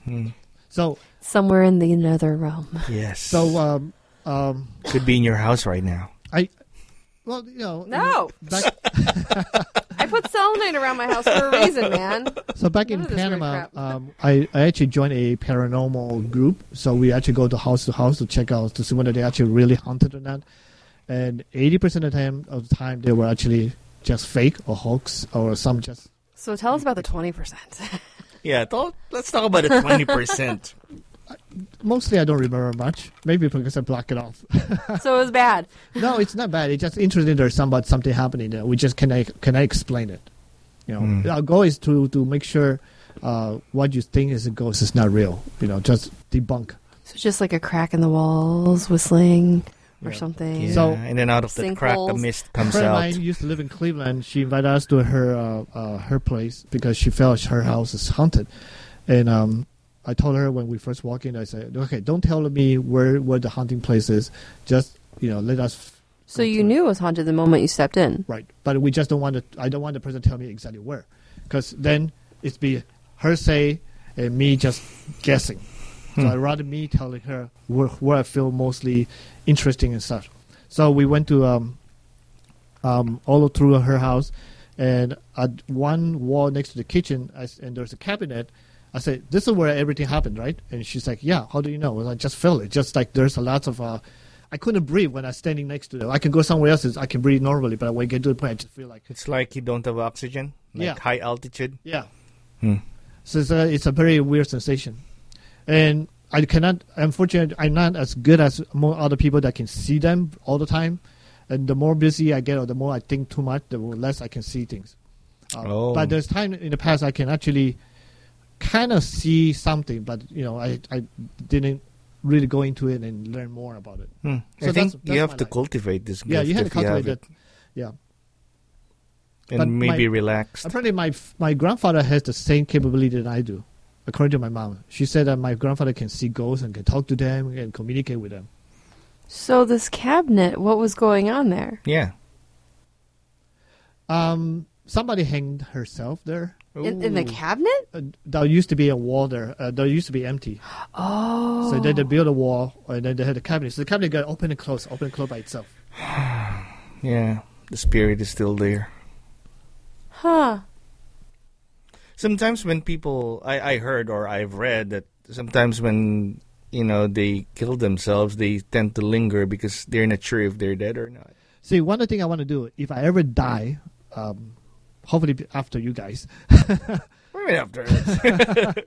Hmm.
So
Somewhere in the nether realm.
Yes.
so um um
could be in your house right now.
I well you know
No.
back,
I put selenite around my house for a reason, man.
so back
None
in
of this weird
Panama
crap.
um, I I actually joined a paranormal group. So we actually go to house to house to check out to see whether they actually really haunted or not. and 80% of the time, of the time they were actually just fake or hoax or some just
So tell us about the 20%.
Yeah, th- let's talk about the twenty percent.
mostly i don't remember much maybe because i block it off
so it was bad.
no it's not bad it's just interesting there's some, about something happening there we just can i can i explain it you know
Mm.
our goal is to to make sure uh, what you think is a ghost is not real you know just debunk
So just like a crack in the walls, whistling or
Yeah.
something.
Yeah,
So-
and then out of that crack, the
Sinkholes.
mist
A
comes
friend of
out.
mine used to live in Cleveland. She invited us to her uh, uh, her place because she felt her house is haunted. And um, I told her when we first walked in, I said, "Okay, don't tell me where where the haunting place is. Just you know, let us
So
go
you
to it."
knew it was haunted the moment you stepped in.
right? But we just don't want to. I don't want the person to tell me exactly where, because then it's be her say and me just guessing.
Hmm.
So I'd rather me telling her where, where I feel mostly interesting and such. So we went to um, um, all through her house, and at one wall next to the kitchen, I s and there's a cabinet. I said, "This is where everything happened, right?" And she's like, "Yeah. How do you know?" Well, I just feel it. Just like there's a lot of. Uh, I couldn't breathe when I was standing next to them. I can go somewhere else. I can breathe normally, but when I get to the point, I just feel like
It's like you don't have oxygen, like
Yeah.
high altitude.
yeah.
Hmm.
So it's a, it's a very weird sensation, and I cannot. Unfortunately, I'm not as good as more other people that can see them all the time. And the more busy I get, or the more I think too much, the less I can see things. Uh,
Oh.
But there's time in the past I can actually kind of see something, but you know I I didn't really go into it and learn more about it.
Hmm. I
So
think
that's-
you
that's
have
my
to
life.
cultivate this.
Yeah,
gift
you had to
if have
calculate
it.
that. Yeah.
and
But my-
maybe relaxed.
Apparently, my f- my grandfather has the same capability that I do, according to my mom. She said that my grandfather can see ghosts and can talk to them and communicate with them.
So this cabinet, what was going on there?
Yeah.
Um, somebody hanged herself there.
In, in the
Ooh.
cabinet?
Uh, there used to be a wall there. Uh, there used to be empty.
Oh.
So then they built a wall, and then they had a cabinet. So the cabinet got open and closed, open and closed by itself.
Yeah. The spirit is still there.
Huh.
Sometimes when people, I, I heard or I've read that sometimes when you know they kill themselves, they tend to linger because they're not sure if they're dead or not.
See, one of the thing I want to do, if I ever die, um, hopefully b- after you guys,
Right after.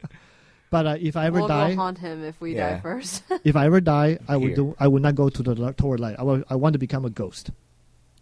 but uh, if I ever
we'll
die,
haunt him if we
Yeah.
die first.
if I ever die, I would
Here.
do, I would not go to the li- toward light. I, will, I want to become a ghost.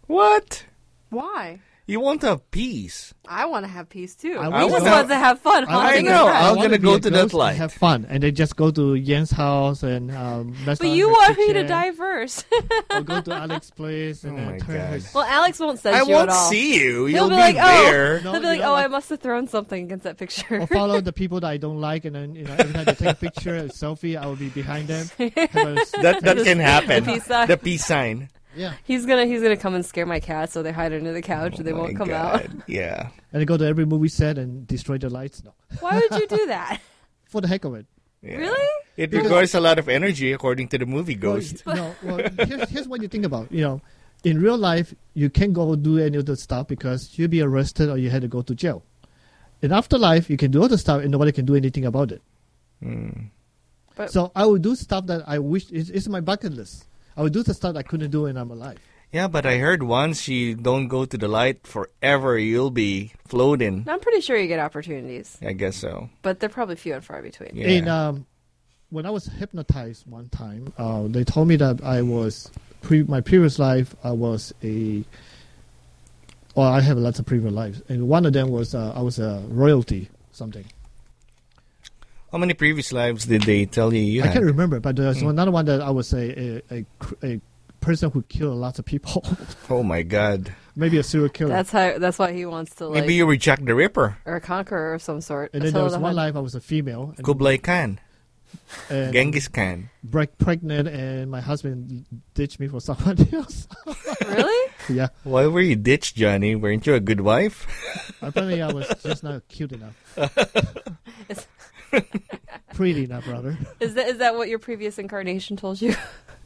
what?
Why?
You want to have peace?
I want to have peace too.
I
I
want
just
to-
want to have fun
I
haunting
know,
his house.
I was
want
gonna
be
go
a
to that
ghost
light.
have fun, and they just go to Yen's house and um, mess
But
around
you
her
want me to
kitchen,
die first.
Or go to Alex's place and
Oh
then
my
turn her.
God.
well, Alex won't sense
I
you
won't
at all.
see you.
He'll
You'll
be
be,
like, "Oh."
there.
No,
They'll be
you
like,
know,
"Oh,
like-
I must have thrown something against that picture."
or follow the people that I don't like, and then you know every time they take a picture, a selfie, I will be behind them. Have a s-
That that can happen.
The peace sign.
The peace sign.
yeah,
he's gonna he's gonna come and scare my cat, so they hide under the couch and they
Oh My
won't come
God. Yeah.
and they go to every movie set and destroy the lights. No,
out. Why would you do that?
for the heck of it.
Yeah.
Really?
It
Because-
requires a lot of energy, according to the movie Ghost.
Well, no, well, here's, here's what you think about. You know, in real life, you can't go do any of the stuff because you'll be arrested or you had to go to jail. In afterlife, you can do all the stuff and nobody can do anything about it.
Mm.
But-
so I will do stuff that I wish it's, it's my bucket list. I will do the stuff I couldn't do when I'm alive.
Yeah, but I heard once you don't go to the light forever, you'll be floating.
I'm pretty sure you get opportunities,
I guess so.
but they're probably few and far between.
Yeah.
And um, when I was hypnotized one time, uh, they told me that I was pre- my previous life. I was a well, I have lots of previous lives, and one of them was uh, I was a royalty something.
How many previous lives did they tell you you
I
had?
can't remember, but there's
Mm.
another one that I was a a, a, cr- a person who killed lots of people,
Oh my God!
maybe a serial killer.
That's how. That's why he wants to like
Maybe you were Jack the Ripper,
or a conqueror of some sort.
and
That's
then there
how
was
the
one
hun-
life I was a female, and,
Kublai Khan,
and
Genghis Khan.
break pregnant, and my husband ditched me for someone else.
Really?
yeah,
Why were you ditched, Johnny? Weren't you a good wife?
Apparently, I was just not cute enough. Pretty enough, brother.
Is that is that what your previous incarnation told you?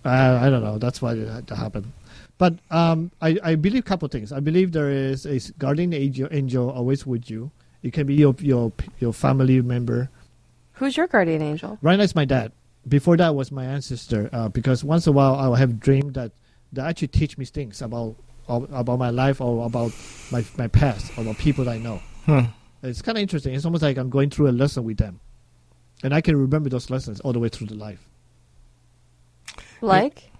Uh, I don't know. That's why it had to happen. But um, I, I believe a couple things. I believe there is a guardian angel, angel always with you. It can be your your your family member.
Who's your guardian angel?
Right now, it's my dad. Before that was my ancestor. Uh, because once in a while, I will have dream that they actually teach me things about about my life or about my my past or about people I know.
Hmm.
It's kind of interesting. It's almost like I'm going through a lesson with them, and I can remember those lessons all the way through the life.
Like?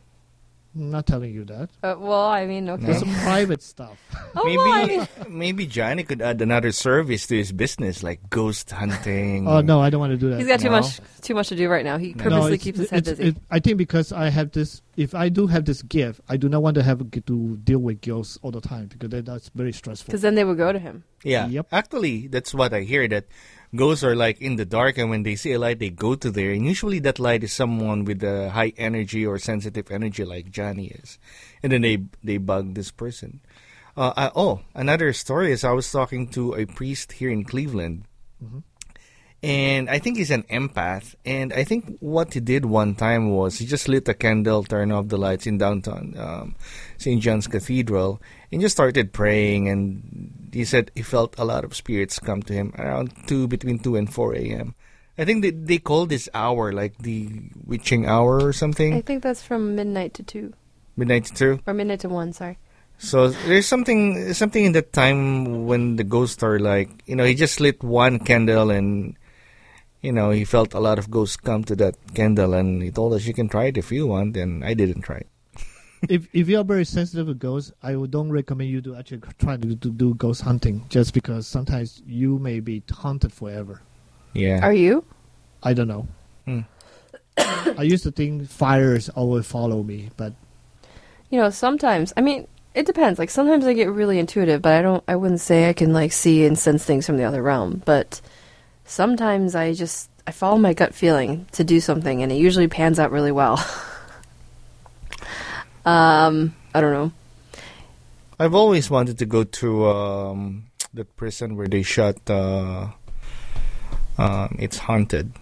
I'm not telling you that.
Uh, well, I mean, okay.
It's some private stuff.
Oh,
maybe
well, I mean,
maybe Johnny could add another service to his business, like ghost hunting.
Oh no, I don't want to do that.
he's got too
No.
much too much to do right now. He
No,
purposely
it's-
keeps his head
it's-
busy.
it- I think because I have this. If I do have this gift, I do not want to have to deal with girls all the time because then that's very stressful.
Because then they would go to him.
Yeah.
Yep.
Actually, that's what I hear that ghosts are like in the dark, and when they see a light, they go to there. And usually, that light is someone with a high energy or sensitive energy, like Johnny is. And then they they bug this person. Uh, I, oh, another story is I was talking to a priest here in Cleveland, and I think he's an empath. And I think what he did one time was he just lit a candle, turned off the lights in downtown um, St. John's Cathedral, and just started praying. And he said he felt a lot of spirits come to him around two, between two and four a.m. I think they they call this hour like the witching hour or
I
something,
think that's from midnight to two
midnight to two.
or midnight to one. Sorry.
So there's something something in that time when the ghosts are like you know he just lit one candle and you know he felt a lot of ghosts come to that candle and he told us you can try it if you want and I didn't try it.
if if you are very sensitive with ghosts, I would don't recommend you to actually try to, to do ghost hunting just because sometimes you may be haunted forever.
Yeah.
Are you?
I don't know.
Hmm.
I used to think fires always follow me, but
You know, sometimes. I mean, It depends. Like sometimes I get really intuitive, but I don't. I wouldn't say I can like see and sense things from the other realm. But sometimes I just I follow my gut feeling to do something, and it usually pans out really well. um, I don't know.
I've always wanted to go to um, that prison where they shot. Uh, um, it's haunted.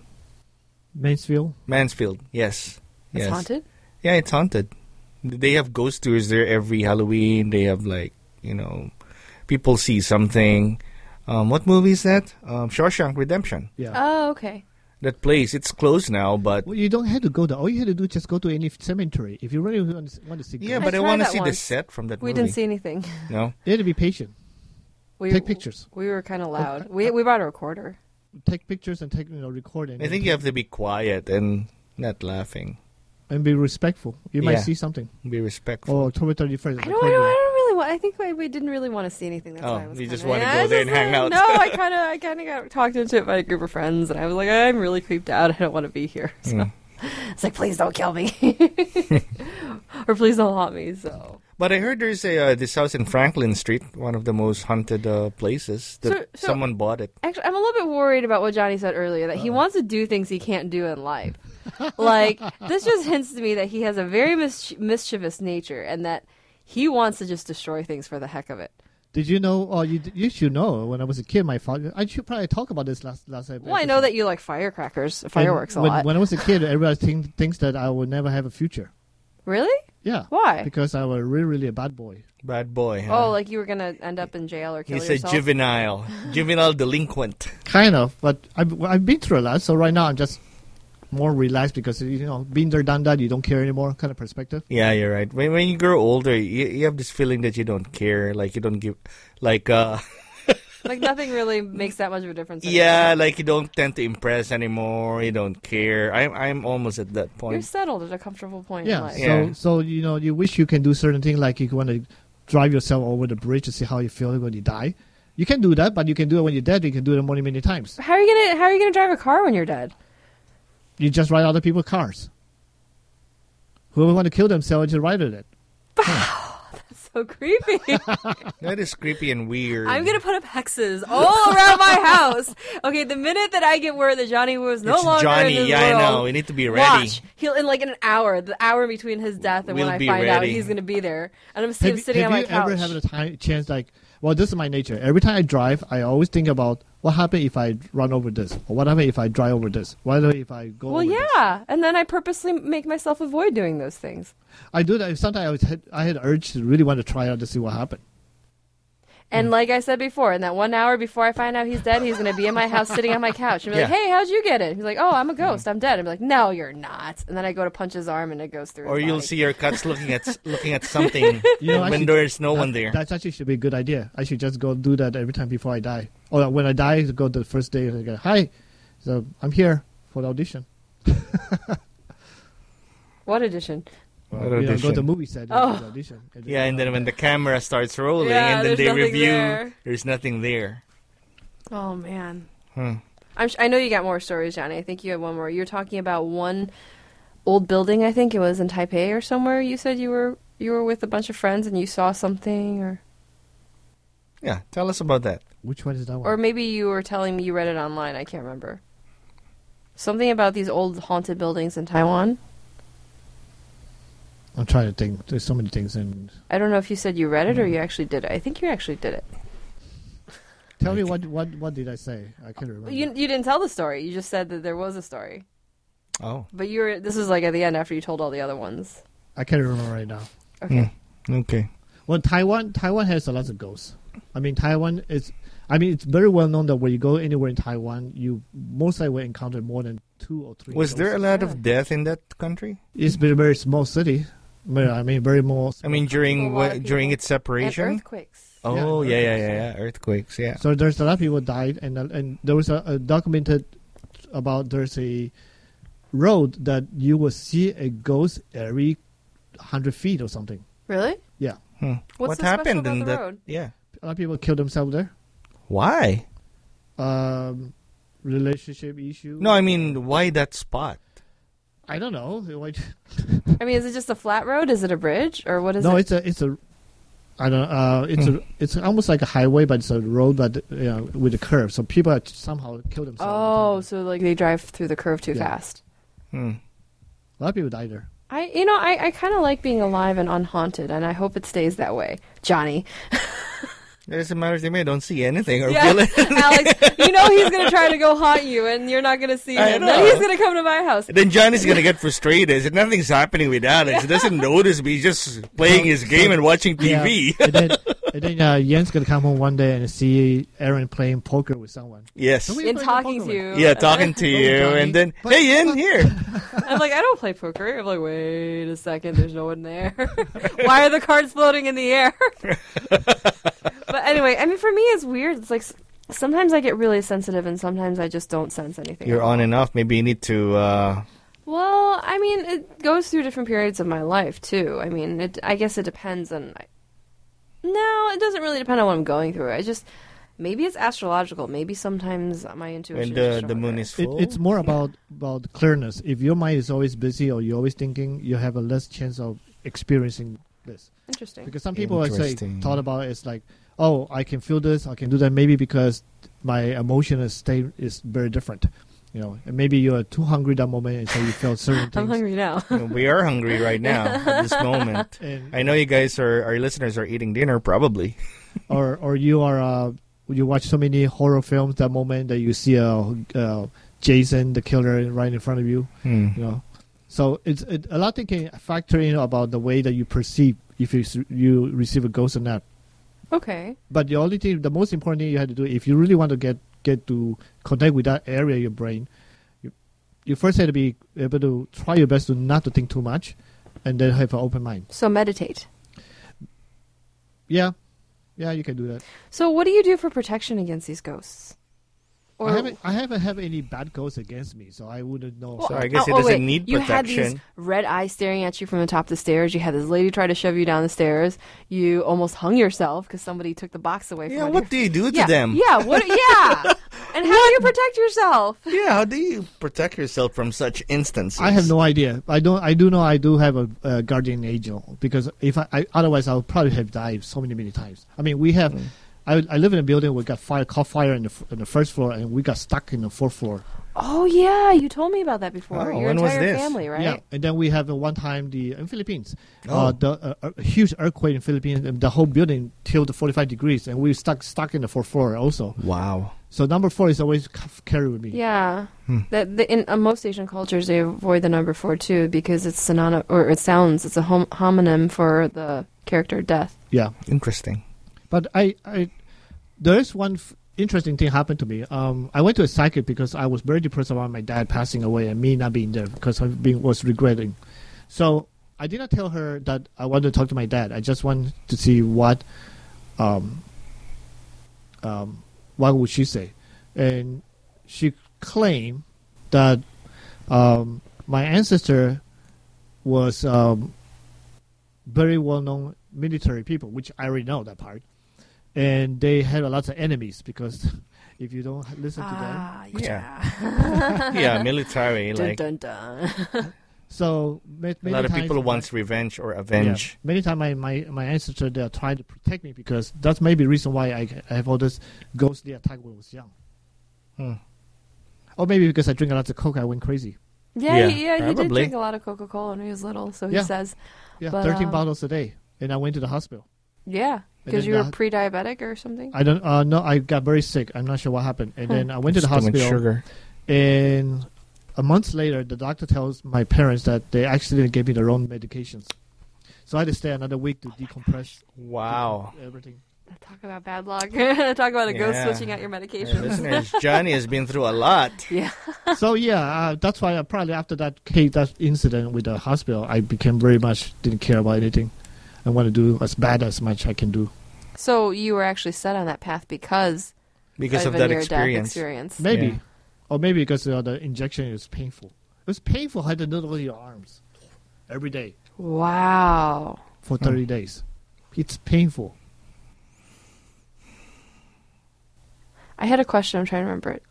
Mansfield.
Mansfield. Yes.
It's
yes.
haunted.
Yeah, it's haunted. They have ghost tours there every Halloween. They have like you know, people see something. Um, what movie is that? Um, Shawshank Redemption.
Yeah.
Oh, okay.
That place. It's closed now, but
well, you don't have to go there. All you had to do is just go to any cemetery. If you really want to, want to see,
yeah,
I
ghosts,
but I
tried
want to
that
see the
once.
set from that
We
movie.
didn't see anything.
No.
you had to be patient.
We,
Take pictures.
We were kind of loud. We we brought a recorder.
Take pictures and take you know record and
I think you have to be quiet and not laughing.
and be respectful. You might
Yeah.
see something.
Be respectful.
Oh, October thirty first.
I don't. I don't, I don't really want. I think we, we didn't really want to see anything. That's
Oh,
why I was
you just
kinda-
wanna
Yeah,
go
I
there
just
and hang
wanna-
out.
No, I kind of I kind of got talked into it by a group of friends, and I was like, I'm really creeped out. I don't want to be here. So
Mm.
it's like, please don't kill me, or please don't haunt me. So
But I heard there's a uh, this house in Franklin Street, one of the most haunted uh, places. That
So- so-
someone bought it.
actually, I'm a little bit worried about what Johnny said earlier that he
Uh.
wants to do things he can't do in life. like this just hints to me that he has a very mis- mischievous nature, and that he wants to just destroy things for the heck of it.
Did you know? Oh, you you should know. When I was a kid, my father. I should probably talk about this last last.
Well, I know that you like firecrackers, fireworks a
when,
lot.
When I was a kid, everybody think, thinks that I will never have a future.
really?
Yeah.
Why?
Because I was really really a bad boy.
Bad boy. Huh?
Oh, like you were gonna end up in jail or kill
he's
yourself.
a juvenile, juvenile delinquent.
Kind of, but I've, well, I've been through a lot, so right now I'm just more relaxed because you know, been there, done that. You don't care anymore, kind of perspective.
Yeah, you're right. When when you grow older, you, you have this feeling that you don't care, like you don't give, like uh,
like nothing really makes that much of a difference. anymore.
yeah, like you don't tend to impress anymore. You don't care. I'm I'm almost at that
you're
point.
settled at a comfortable point in
Yeah.
life.
So,
Yeah.
so you know, you wish you can do certain things, like you want to drive yourself over the bridge to see how you feel when you die. You can do that, but you can do it when you're dead. You can do it many, many times.
How are you gonna How are you gonna drive a car when you're dead?
You just ride other people's cars. Whoever want to kill themselves, just ride with it.
So creepy.
That is creepy and weird.
I'm gonna put up hexes all around my house. Okay, the minute that I get word that Johnny was no
It's
longer
Johnny.
in this
yeah, I
world,
know. We need to be ready.
Watch, he'll in like in an hour, the hour between his death and
We'll
when I
be
find out,
ready.
he's gonna be there, and I'm gonna see him
you-
sitting on my
you
couch.
ever had a time, chance like, well, this is my nature. Every time I drive, I always think about what happened if I run over this, or what happened if I drive over this, what happened if I go.
well,
over this?
yeah, and then I purposely make myself avoid doing those things.
I do that. Sometimes I was had, I had urge to really want to try out to see what happened.
And
Hmm.
like I said before, in that one hour before I find out he's dead, he's going to be in my house sitting on my couch and be like,
Yeah. Hmm.
hey, how'd you get it? He's like, oh, I'm a ghost. I'm dead. I'm like, no, you're not. And then I go to punch his arm and it goes through
or
his
you'll
body.
see your cats looking at looking at something
You know,
when
actually,
there's no
that-
one there.
That actually should be a good idea. I should just go do that every time before I die, or when I die, go the first day and go, "Hi, so I'm here for the audition."
What edition?
What
You know, go
audition?
to the movie set. and
Oh.
do the audition.
yeah, and then when the camera starts rolling,
Yeah,
and then
there's
they
nothing
review,
there.
there's nothing there.
Oh, man.
Huh.
I'm sh- I know you got more stories, Johnny. I think you had one more. You were talking about one old building, I think it was in Taipei or somewhere. You said you were you were with a bunch of friends and you saw something or
Yeah, tell us about that.
which one is that one?
or maybe you were telling me you read it online. I can't remember. Something about these old haunted buildings in Taiwan.
I'm trying to think. There's so many things. And
I don't know if you said you read it
Mm-hmm.
or you actually did it. I think you actually did it.
tell me what what what did I say? I can't remember.
You you didn't tell the story. You just said that there was a story.
Oh,
But you were this was like at the end after you told all the other ones.
I can't remember right now.
Okay.
okay.
Well, Taiwan Taiwan has a lot of ghosts. I mean, Taiwan is. I mean, it's very well known that when you go anywhere in Taiwan, you most likely will encounter more than two or three.
Was
ghosts.
there a lot
Yeah.
of death in that country?
It's been a very small city. Very- I mean, very small.
I mean,
A lot
during wha-
of
during
people.
its
And
separation.
earthquakes.
Oh
Yeah,
yeah, yeah, yeah,
earthquakes,
yeah. Earthquakes. Yeah.
so there's a lot of people died, and uh, and there was a, a documented about there's a road that you will see a ghost every hundred feet or something.
Really?
Yeah,
Hmm.
What's
what
so special
happened
about
in
the
that?
road?
Yeah.
a lot of people kill themselves there.
Why?
Um, relationship issue.
No, I mean, why that spot?
I don't know. Why-
I mean, is it just a flat road? Is it a bridge or what is
no,
it?
it's a it's a I don't. Uh, it's a, it's almost like a highway, but it's a road, but you know, with a curve. So people are somehow kill themselves. all
Oh,
the time.
so like they drive through the curve too
Yeah.
fast.
Hmm.
a lot of people die there.
I, you know, I, I kind of like being alive and unhaunted, and I hope it stays that way, Johnny.
It doesn't matter to me. I don't see anything or
Yeah,
feel it.
Alex, you know he's gonna try to go haunt you, and you're not gonna see
I
him.
know.
Then he's gonna come to my house.
Then Johnny's gonna get frustrated. If Nothing's happening with Alex. He doesn't notice me. He's just playing his game and watching TV.
Yeah. and then, and then uh, Yen's gonna come home one day and see Aaron playing poker with someone.
yes.
Don't we-
And
play
talking
Pokemon?
to you.
Yeah, talking to
Oh,
you,
Johnny.
and then
But-
hey, in here.
I'm like, I don't play poker. I'm like, wait a second, there's no one there. Why are the cards floating in the air? but anyway, I mean, for me, it's weird. It's like s- sometimes I get really sensitive, and sometimes I just don't sense anything.
You're on and off. Maybe you need to. Uh,
Well, I mean, it goes through different periods of my life too. I mean, it, I guess it depends on. No, it doesn't really depend on what I'm going through. I just maybe it's astrological. Maybe sometimes my intuition.
when
is
uh, the the
stronger.
moon is
It,
full.
it's more about about clearness. If your mind is always busy or you're always thinking, you have a less chance of experiencing this.
interesting.
Because some people are say
Interesting.
thought about it, it's like, oh, I can feel this, I can do that. Maybe because my emotional state is very different. You know, and maybe you are too hungry that moment, and so you felt certain things.
I'm hungry now.
we are hungry right now at this moment.
And,
I know you guys are our listeners are eating dinner probably.
or or you are uh, you watch so many horror films that moment that you see a uh, Jason the killer right in front of you. you know. So it's it, a lot. They can factor in about the way that you perceive if you s- you receive a ghost or not.
okay.
But the only thing, the most important thing you have to do, if you really want to get get to connect with that area of your brain, you you first have to be able to try your best to not to think too much, and then have an open mind.
So meditate.
Yeah, yeah, you can do that.
So what do you do for protection against these ghosts?
I haven't I haven't have any bad ghosts against me, so I wouldn't know.
Well,
So
so
I guess it
oh,
doesn't
wait.
need
You had these
protection.
red eyes staring at you from the top of the stairs. You had this lady try to shove you down the stairs. You almost hung yourself because somebody took the box away from
Yeah,
under
what do you do to
yeah,
them?
Yeah, what? Yeah, and how do you protect yourself?
Yeah, how do you protect yourself from such instances?
I have no idea. I don't. I do know. I do have a, a guardian angel because if I, I otherwise I would probably have died so many many times. I mean, we have. I, I live in a building. We got fire, caught fire in the f- in the first floor, and we got stuck in the fourth floor.
Oh yeah, you told me about that before.
Oh,
Your
when was
entire
this?
family, right?
Yeah, and then we have uh, one time the in Philippines,
Oh.
uh, the uh, uh, huge earthquake in Philippines, and the whole building tilted forty five degrees, and we stuck stuck in the fourth floor also.
Wow.
So number four is always c- carry with me.
Yeah.
Hmm.
That the, in uh, most Asian cultures, they avoid the number four too because it's synonym or it sounds it's a hom- homonym for the character death.
yeah.
Interesting.
But I, I there's one f- interesting thing happened to me. Um, I went to a psychic because I was very depressed about my dad passing away and me not being there because I being, was regretting. So I did not tell her that I wanted to talk to my dad. I just wanted to see what, um, um, what would she say, and she claimed that um, my ancestor was um, very well-known military people, which I already know that part, and they had a lot of enemies because if you don't listen to
Ah.
them,
yeah. yeah, military.
Dun
Like
dun dun.
so ma- many,
a lot of
times
people
my-
wants revenge or
yeah,
avenge.
many times my, my, my ancestor they are trying to protect me because that's maybe reason why I, I have all this ghostly attack when I was young,
Hmm.
or maybe because I drink a lot of coke I went crazy.
Yeah,
Yeah,
he, yeah, he did
probably.
drink a lot of Coca Cola when he was little, so he
Yeah.
says,
Yeah,
But,
thirteen
um,
bottles a day, and I went to the hospital.
yeah,
And
because
then
you were
that-
pre-diabetic or something.
I don't uh, no, I got very sick. I'm not sure what happened, and
Hmm.
then I went to the
Just too much
hospital.
Sugar.
And a month later, the doctor tells my parents that they accidentally gave me the wrong medications. So I had to stay another week to decompress
Wow.
everything.
Talk about bad luck. Talk about a ghost
Yeah.
switching out your
Yeah,
medications.
listeners, Johnny has been through a lot.
Yeah.
so yeah, uh, that's why I probably after that case, that incident with the hospital, I became very much didn't care about anything. I want to do as bad as much I can do.
So you were actually set on that path because
Because of
a
that
near
experience.
death experience.
Maybe,
Yeah.
or maybe because uh, the injection is painful. It was painful. I had to needle in your arms every day
Wow.
for thirty days. It's painful.
I had a question. I'm trying to remember it.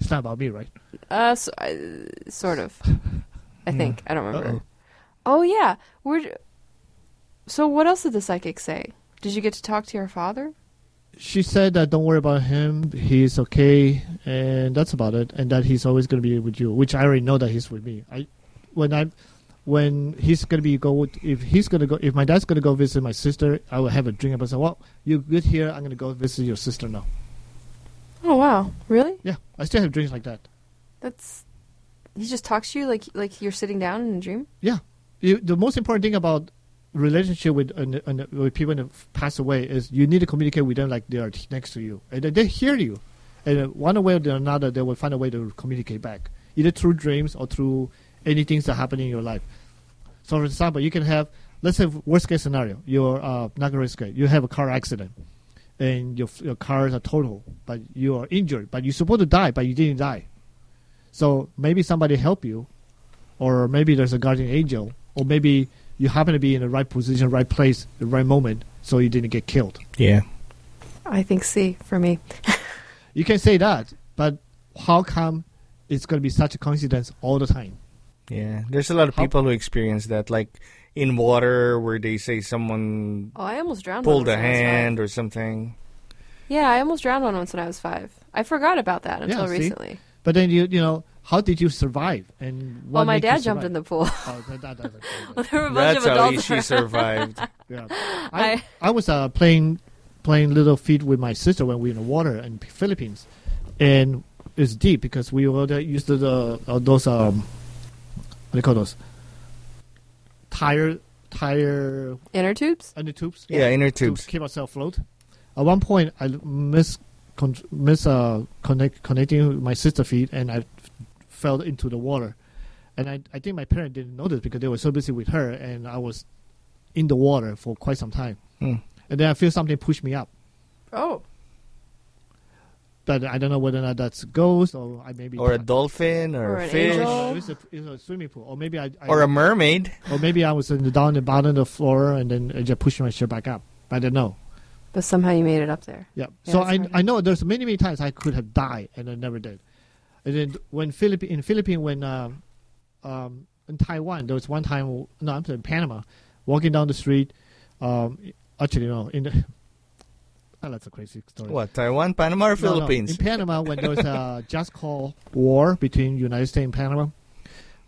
It's not about me, right?
Uh, so, uh
Hmm.
sort of. I think I don't remember.
Uh-oh.
Oh yeah, we're So what else did the psychic say? Did you get to talk to your father?
She said that don't worry about him, he's okay, and that's about it, and that he's always going to be with you, which I already know that he's with me. I, when I, when he's going to be go, with- if he's going to go, if my dad's going to go visit my sister, I will have a drink and say, well, you're good here, I'm going to go visit your sister now.
Oh wow, really?
Yeah, I still have drinks like that.
That's he just talks to you like like you're sitting down in a dream.
You, the most important thing about relationship with an, an, with people that have passed away is you need to communicate with them like they are next to you, and then they hear you, and uh, one way or the another they will find a way to communicate back, either through dreams or through any things that happen in your life. So, for example, you can have let's say worst case scenario, you're uh, not worst case, you have a car accident, and your your cars are total, but you are injured, but you're supposed to die, but you didn't die. So maybe somebody help you, or maybe there's a guardian angel, or maybe you happen to be in the right position, right place, the right moment, so you didn't get killed.
Yeah.
I think C for me.
You can say that, but how come it's going to be such a coincidence all the time?
Yeah. There's a lot of
How-
people who experience that, like in water where they say someone
Oh, I almost drowned.
pulled
one once
a
when I was five.
hand or something.
Yeah, I almost drowned one once when I was five. I forgot about that until
see?
recently.
But then you, you know, how did you survive? And what
Well, Oh, my
made you
dad jumped in
survive?
the pool.
Oh, that, that, that, that-
there were a bunch
That's
of
how
adults.
he- she
around.
survived.
yeah. I, I was uh, playing playing little feet with my sister when we were in the water in Philippines, and it's deep because we were the- used to the uh, those um what do you call those tire tire
Inner tubes.
under tubes
yeah, inner
to
tubes.
keep ourselves afloat. At one point, I miss con- miss uh, connect, connecting with my sister feet, and I f- fell into the water. And I, I think my parents didn't notice because they were so busy with her, and I was in the water for quite some time.
Hmm.
And then I feel something push me up,
Oh,
but I don't know whether or not that's a ghost or I maybe
Or a dolphin or,
Or
a
an
fish
angel.
It was a, it was a swimming pool, or maybe I, I
or a mermaid.
or maybe I was in the, down the bottom of the floor, and then I just pushed my shirt back up. I don't know.
but somehow you made it up there.
Yeah.
Yeah,
so
that's
I
harder.
I know there's many many times I could have died and I never did. And then when Philippi in Philippines when um, um in Taiwan there was one time no I'm sorry Panama, walking down the street, um actually no in the, oh, that's a crazy story.
What? Taiwan, Panama, or
No, no,
Philippines?
in Panama when there was a just call war between United States and Panama,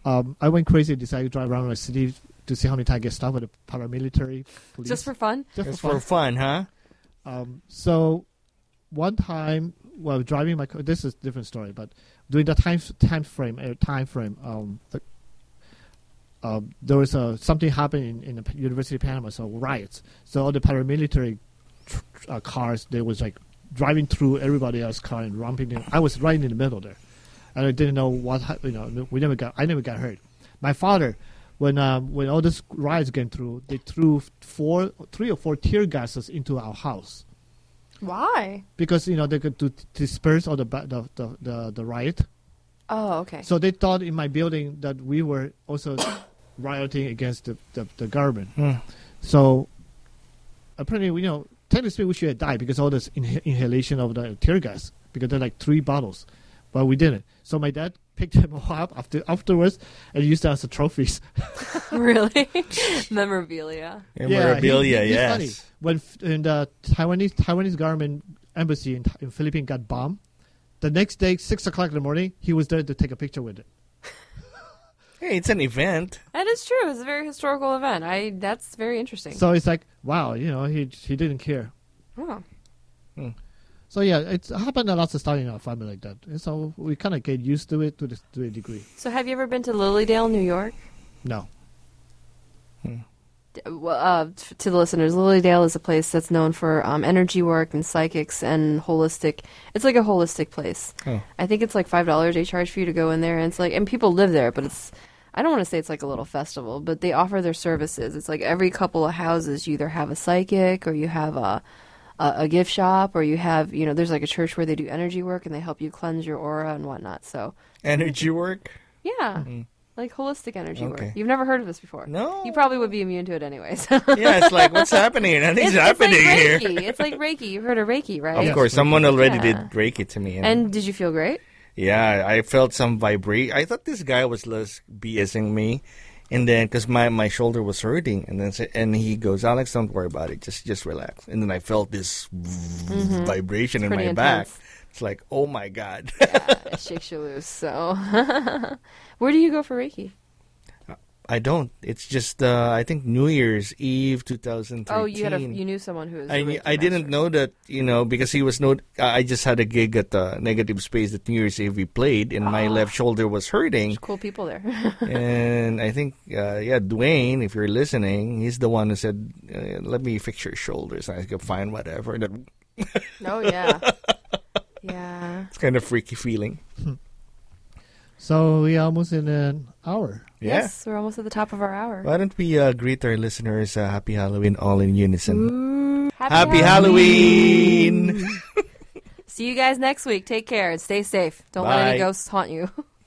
um I went crazy decided to drive around my city to see how many times I get stopped by the paramilitary police.
Just for fun.
Just
It's
for
for fun,
fun.
huh?
Um, so one time while driving my car, this is a different story, but during the time time frame uh, time frame, um, the, um, there was uh, something happened in, in the P- University of Panama, so riots. So all the paramilitary tr- tr- uh, cars, they was like driving through everybody else's car and romping. In. I was right in the middle there, and I didn't know what hap- you know. We never got I never got hurt. My father. When um, when all these riots came through, they threw four, three or four tear gases into our house
Why?
because you know they could to disperse all the ba- the, the, the, the riot.
Oh, okay.
So they thought in my building that we were also rioting against the, the, the government.
Hmm.
So apparently, you know, technically we should have died because all this inha- inhalation of the tear gas because they're like three bottles, but we didn't. So my dad picked them all up after afterwards and used them as a trophies.
really? Memorabilia.
Memorabilia,
he- he- he's
yes.
funny. When f- in the Taiwanese Taiwanese government embassy in, in Philippines got bombed, the next day six o'clock in the morning he was there to take a picture with it.
Hey, it's an event.
That is true. It's a very historical event. I. That's very interesting.
So it's like wow, you know, he he didn't care.
oh.
So yeah, it's happened a lot of stuff in our family like that, and so we kind of get used to it to the, to a degree.
So have you ever been to Lilydale, New York?
No,
D- well, uh, t- to the listeners, Lilydale is a place that's known for um, energy work and psychics and holistic. It's like a holistic place.
Oh.
I think it's like five dollars they charge for you to go in there, and it's like, and people live there, but it's. I don't want to say it's like a little festival, but they offer their services. It's like every couple of houses, you either have a psychic or you have a a, a gift shop, or you have you know, there's like a church where they do energy work and they help you cleanse your aura and whatnot. So
Energy work?
yeah, like holistic energy
Mm-hmm. Okay.
work. You've never heard of this before.
No.
You probably would be immune to it anyway. So
yeah, it's like, what's happening? Nothing's happening
like
here.
Reiki. It's like Reiki. You've heard of Reiki, right?
Of
Yes,
course,
Reiki.
someone already
Yeah.
did break it to me. And,
And did you feel great?
yeah, I felt some vibrate. I thought this guy was less BSing me. And then, because my, my shoulder was hurting, and then sa- and he goes, Alex, don't worry about it. Just just relax. And then I felt this vibration in my
Mm-hmm. pretty
back.
intense.
It's like, oh my god.
yeah, it shakes you loose. So, where do you go for Reiki?
I don't. It's just uh, I think New Year's Eve, 2013.
Oh, you had a, you knew someone who was. a
I,
Reiki
I
master.
didn't know that you know because he was no. I I just had a gig at the negative space that New Year's Eve we played, and my
Ah.
left shoulder was hurting.
There's cool people there.
and I think uh, yeah, Dwayne, if you're listening, he's the one who said, uh, "Let me fix your shoulders." And I go, "Fine, whatever." And then
oh yeah, yeah.
it's kind of freaky feeling.
So we are almost in an hour.
Yeah.
Yes, we're almost at the top of our hour.
Why don't we uh, greet our listeners? Uh, happy Halloween, all in unison.
Ooh.
Mm, Happy Halloween.
See you guys next week. Take care and stay safe. Don't let
Bye.
any ghosts haunt you.